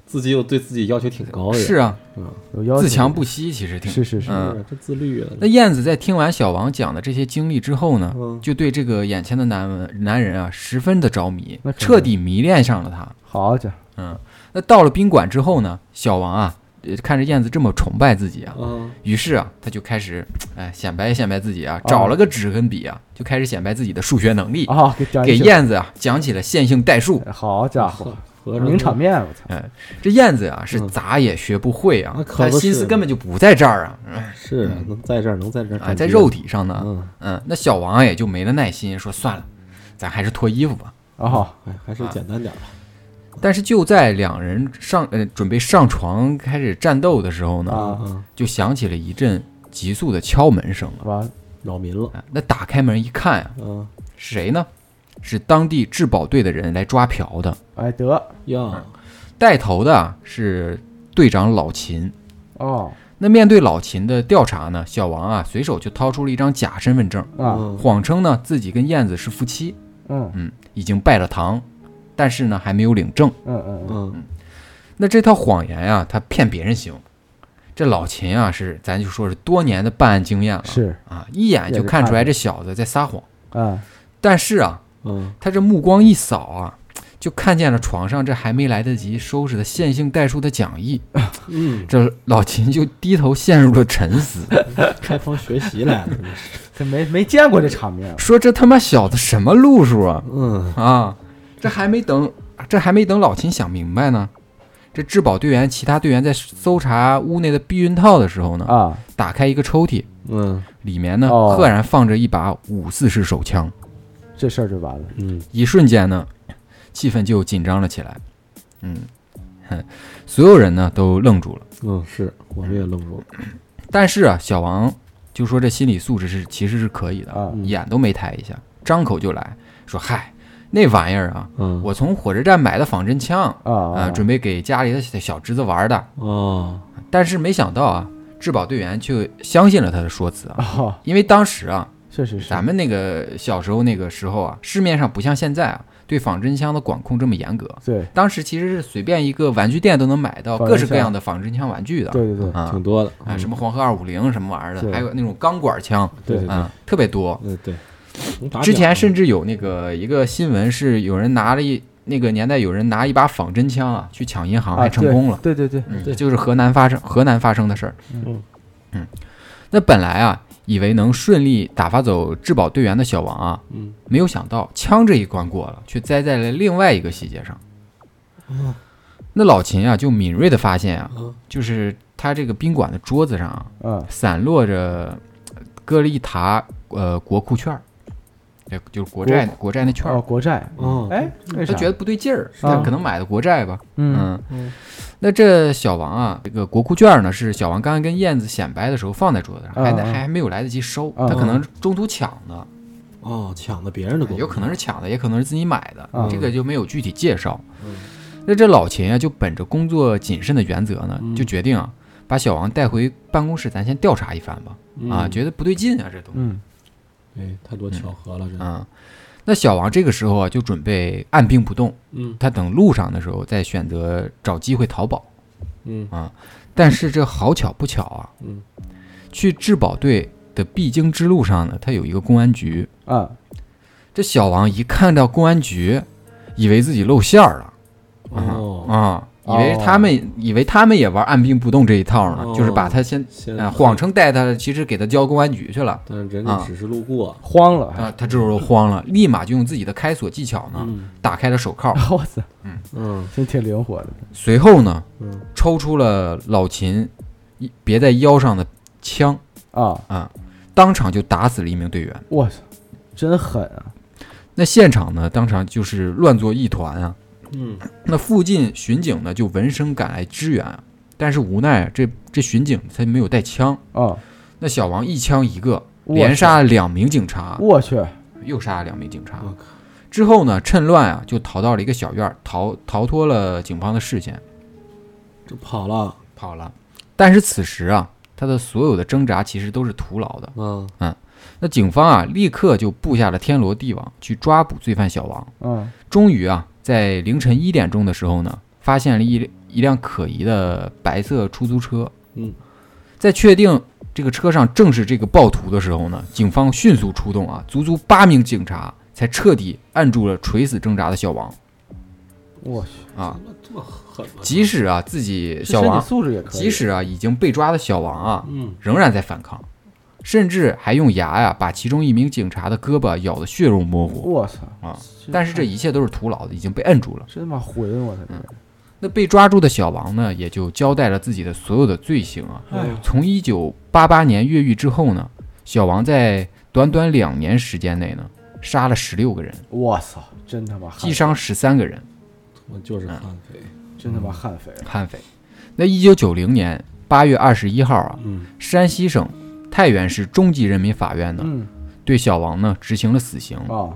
自己又对自己要求挺高的，是啊，嗯，有要求自强不息，其实挺。是是是，嗯是这自律啊，那燕子在听完小王讲的这些经历之后呢，嗯就对这个眼前的男文男人啊十分的着迷那，肯定彻底迷恋上了他。好家伙，嗯，那到了宾馆之后呢，小王啊，呃看着燕子这么崇拜自己啊，啊，于是啊，他就开始哎显摆显摆自己啊，哦找了个纸跟笔啊，就开始显摆自己的数学能力，啊，给讲一给讲燕子啊讲起了线性代数。好家伙，合着名场面，我操，哎，这燕子啊是嗯咋也学不会啊，那可他不心是思根本就不在这儿啊，是能在这儿，能在这儿哎，干在爹肉，体上呢。嗯，嗯，那小王啊也就没了耐心，说算了，咱还是脱衣服吧。啊，哎，还是简单点儿吧，但是就在两人上呃准备上床开始战斗的时候呢，啊啊，就响起了一阵急速的敲门声了。完了扰民了，哎那打开门一看啊，嗯是谁呢？是当地治保队的人来抓嫖的，哎得呀，啊带头的啊是队长老秦。哦那面对老秦的调查呢，小王啊随手就掏出了一张假身份证，啊，嗯谎称呢自己跟燕子是夫妻，嗯嗯，已经拜了堂，但是呢还没有领证。嗯嗯嗯，嗯那这套谎言呀、他骗别人行。这老秦啊，是咱就说是多年的办案经验了，是啊，一眼就看出来这小子在撒谎。啊，但是啊，嗯，他这目光一扫啊，就看见了床上这还没来得及收拾的线性代数的讲义，嗯，这老秦就低头陷入了沉思，开荒学习来了，真是，这没没见过这场面，说这他妈小子什么路数啊嗯啊！这还没等，这还没等老秦想明白呢，这质保队员其他队员在搜查屋内的避孕套的时候呢，啊，打开一个抽屉，嗯里面呢哦赫然放着一把五四式手枪，这事儿就完了。嗯，一瞬间呢，气氛就紧张了起来。嗯，哼所有人呢都愣住了。嗯，是，我们也愣住了，但是啊，小王就说这心理素质是其实是可以的，啊眼都没抬一下，张口就来说：“嗨，那玩意儿啊，嗯，我从火车站买的仿真枪啊、哦啊准备给家里的小小侄子玩的。哦，”但是没想到啊，质保队员却相信了他的说辞啊，啊，因为当时啊，确实是咱们那个小时候那个时候啊，市面上不像现在啊，对仿真枪的管控这么严格。对当时其实是随便一个玩具店都能买到仿真枪各式各样的仿真枪玩具的，对对对啊挺多的，啊，什么黄河二五零什么玩意儿的，对还有那种钢管枪，嗯对对对啊，特别多。嗯对，能打啊之表前甚至有那个一个新闻是有人拿了一那个年代有人拿一把仿真枪啊去抢银行，还啊成功了。对对对对，嗯，对就是河南发生河南发生的事儿。嗯嗯，那本来啊，以为能顺利打发走质保队员的小王啊，嗯，没有想到枪这一关过了，却栽在了另外一个细节上。哦那老秦啊，就敏锐的发现啊，啊，就是他这个宾馆的桌子上啊，嗯散落着呃搁了一沓呃国库券儿，的，就是国债国国债那券哦，儿，国债，哦，哎，为他啥？觉得不对劲儿，他啊可能买的国债吧。嗯嗯，那这小王啊，这个国库券呢，是小王刚才跟燕子显摆的时候放在桌子上，还啊啊还还没有来得及收，啊他可能中途抢的，哦，抢的别人的公，啊有可能是抢的，也可能是自己买的，啊这个就没有具体介绍嗯。那这老秦啊，就本着工作谨慎的原则呢，就决定啊，把小王带回办公室，咱先调查一番吧。啊，觉得不对劲啊，这东西。嗯嗯哎，太多巧合了，这，嗯，那小王这个时候啊，就准备按兵不动，嗯他等路上的时候再选择找机会逃跑。嗯但是这好巧不巧啊，嗯，去质保队的必经之路上呢，他有一个公安局。啊，这小王一看到公安局，以为自己露馅儿了。哦，啊，以哦为他们以为他们也玩按兵不动这一套呢，哦就是把他先现呃谎，称带他，其实给他交公安局去了但是人家只是路过，慌了，还啊，他这时候慌了，立马就用自己的开锁技巧呢，嗯打开了手铐， 我操，嗯真挺灵活的，随后呢，嗯抽出了老秦一别在腰上的枪啊，啊，当场就打死了一名队员。我操，真狠啊！那现场呢，当场就是乱作一团啊。嗯那附近巡警呢，就闻声赶来支援，但是无奈啊这这巡警他没有带枪，啊，那小王一枪一个，我连去杀了两名警察，我去，又杀了两名警察我。之后呢，趁乱啊就逃到了一个小院儿，逃逃脱了警方的视线，就跑了，跑了。但是此时啊，他的所有的挣扎其实都是徒劳的。嗯那警方啊，立刻就布下了天罗地网，去抓捕罪犯小王。嗯终于啊，在凌晨一点钟的时候呢，发现了一一辆可疑的白色出租车。嗯，在确定这个车上正是这个暴徒的时候呢，警方迅速出动啊，足足八名警察才彻底按住了垂死挣扎的小王我去，啊。，这么狠吗？即使啊自己小身体王，素质也可以，即使啊已经被抓的小王啊，嗯仍然在反抗，甚至还用牙呀、把其中一名警察的胳膊咬得血肉模糊。我操啊！但是这嗯一切都是徒劳的，已经被摁住了。真他妈混，我操！这个那被抓住的小王呢，也就交代了自己的所有的罪行啊。哎呦从一九八八年越狱之后呢，小王在短短两年时间内呢，杀了十六个人，我操，真他妈悍击伤十三个人，我就是悍匪，真他妈悍匪！悍匪。那一九九零年八月二十一号啊，嗯山西省太原市中级人民法院呢，嗯对小王呢执行了死刑。啊，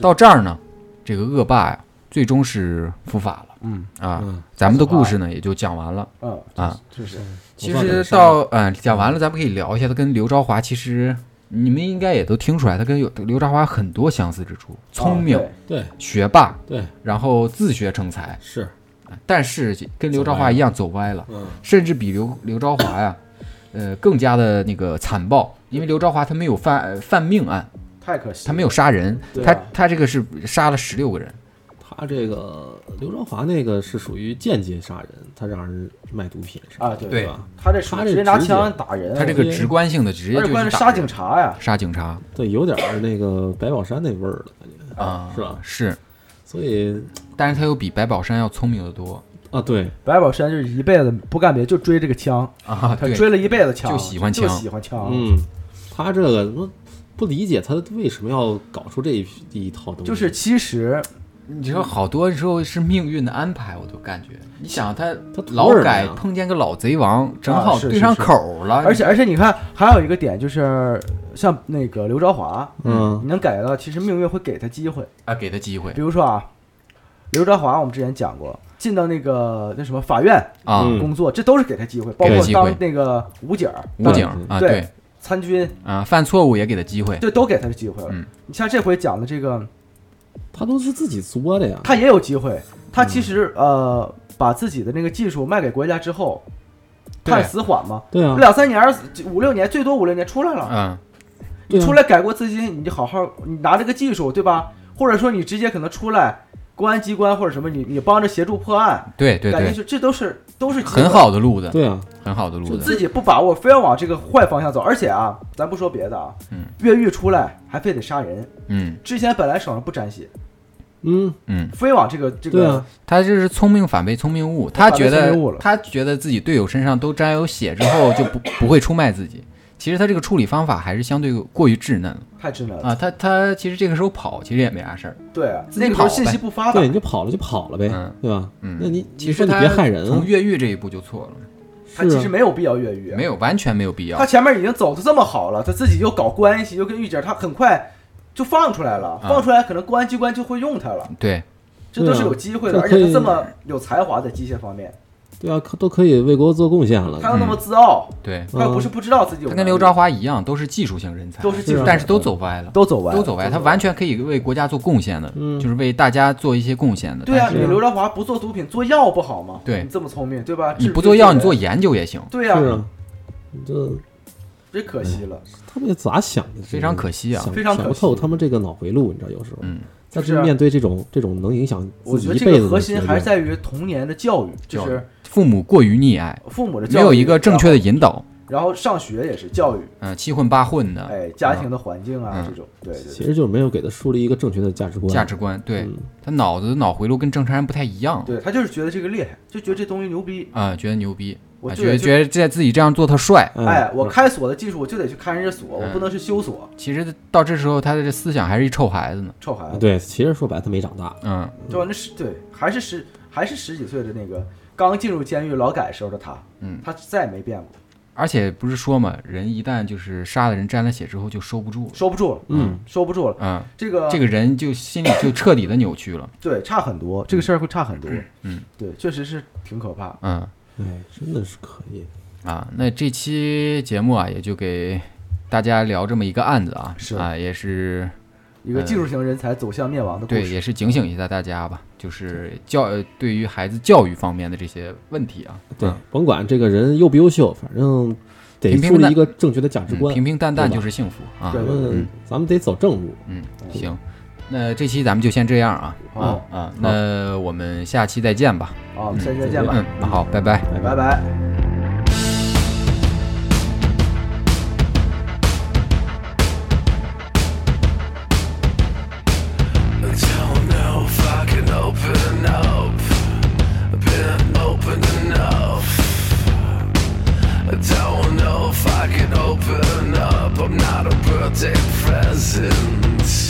到这儿呢，这个恶霸呀，最终是伏法了嗯啊。嗯，咱们的故事呢，也就讲完了。啊啊，就是其实到嗯、呃讲完了，咱们可以聊一下他跟刘昭华，其实你们应该也都听出来，他跟有刘昭华很多相似之处，聪明、啊对对学霸，对然后自学成才，是，但是跟刘昭华一样走歪了，嗯甚至比刘刘昭华呀，呃更加的那个残暴，因为刘昭华他没有犯呃犯命案，太可惜了，他没有杀人，对他啊他这个是杀了十六个人，他这个刘昭华那个是属于间接杀人，他让人卖毒品是吧啊，对对吧？他这属于他这直接拿直接枪打人，他这个直观性的直接而就且关是打键是人杀警察呀，杀警察对，有点儿那个白宝山那味儿了，感觉啊是吧？是，所以但是他又比白宝山要聪明得多啊，对，白宝山就是一辈子不干别的，就追这个枪，啊，他对追了一辈子枪，就喜欢枪就喜欢啊枪，嗯，他这个我不理解他为什么要搞出这一批一套东西，就是其实你说好多时候是命运的安排，我都感觉。你想他他图劳什么改呀碰见个老贼王，正啊好是对是上是口了。而且而且你看，还有一个点就是，像那个刘昭华，嗯你能感觉到，其实命运会给他机会。啊，给他机会比如说啊，刘昭华，我们之前讲过，进到那个那什么法院啊，嗯工作，这都是给他机会，包给括他机会当那个武警儿、武警嗯啊，对对参军，啊，犯错误也给他机会。这都给他的机会了嗯。你像这回讲的这个，他都是自己作的呀，他也有机会，他其实嗯呃，把自己的那个技术卖给国家之后，对判死缓嘛，对啊，两三年、五六年，最多五六年出来了。嗯，你对啊出来改过自新，你就好好你拿这个技术，对吧？或者说你直接可能出来，公安机关或者什么，你你帮着协助破案，对对感觉对，是这都是都是机会很，好的路子，对啊，很好的路子。自己不把握，非要往这个坏方向走。而且啊，咱不说别的啊，嗯越狱出来还非得杀人，嗯之前本来手上不沾血，嗯，嗯，非往这个这对个啊，他这是聪明反被聪明误，他反被觉聪得明误了他觉得自己队友身上都沾有血之后就不不会出卖自己，其实他这个处理方法还是相对过于稚嫩了太稚嫩了。啊。他他其实这个时候跑其实也没啥事儿，对啊，那个时跑候呗信息不发达对，，你就跑了就跑了呗，嗯对吧？嗯那你其实你说他你别害人从啊，越狱这一步就错了，他其实是啊没有必要越狱。没有完全没有必要他。前面已经走的这么好了，他自己又搞关系，又跟狱警，他很快就放出来了。啊放出来可能公安机关就会用他了，对，这都是有机会的。对啊而且这可他以这么有才华在机械方面，对啊，可都可以为国做贡献了他。又那么自傲，对，他又不是不知道自己有嗯他能力。跟刘朝华一样，都是技术性人才，都是技术是啊但是都走歪了，都走完，都走歪，他完全可以为国家做贡献的，嗯就是为大家做一些贡献的。对啊，但你是刘德华不做毒品，做药不好吗？对你这么聪明，对吧？你治不做药，你做人研究也行，对是呀，啊，你这这可惜了。嗯他们咋想的？非常可惜啊想非常可惜想不透他们这个脑回路，你知道有时候。嗯，但就是是面对这种这种能影响我自觉己得一这辈子个的核心决定还是在于童年的教育，就教育是父母过于溺爱，父母的教没育有一个正确的引导，然后，然后上学也是教育，嗯，七混八混的哎，家庭的环境啊嗯这种，对对其对实就是没有给他树立一个正确的价值观。价值观，对嗯他脑子脑回路跟正常人不太一样，对，他就是觉得这个厉害，就觉得这东西牛逼，啊，觉得牛逼，我啊就觉得嗯就觉得这自己这样做特帅。哎，我开锁的技术我就得去看人家锁，我嗯不能去修锁，其实到这时候，他的这思想还是一臭孩子呢，臭孩子，哎对，其实说白了他没长大，嗯，对吧？那是对，还是十还是十几岁的那个刚进入监狱劳改时候的他，嗯，他再也没变过，而且不是说嘛，人一旦就是杀了人沾了血之后就收不住了，收不住了，啊嗯，收不住了，嗯，这个这个人就心里就彻底的扭曲了，对，差很多，这个事儿会差很多。嗯，对，确实是挺可怕。嗯哎，真的是可以。啊，那这期节目啊，也就给大家聊这么一个案子啊，是啊，也是一个技术型人才走向灭亡的故嗯对，事，也是警醒一下大家吧，就是教呃对于孩子教育方面的这些问题啊，对嗯，甭管这个人优不优秀，反正得平平树立淡一个正确的价值嗯观。平平淡淡对吧就是幸福啊对，咱嗯们咱们得走正路。嗯，对行，那这期咱们就先这样啊好啊，那我们下期再见吧，啊，我们下期再见吧，嗯，那好，拜拜。拜拜拜。 Don't know if I can open up. Been open enough. I don't know if I can open up. I'm not a birthday present.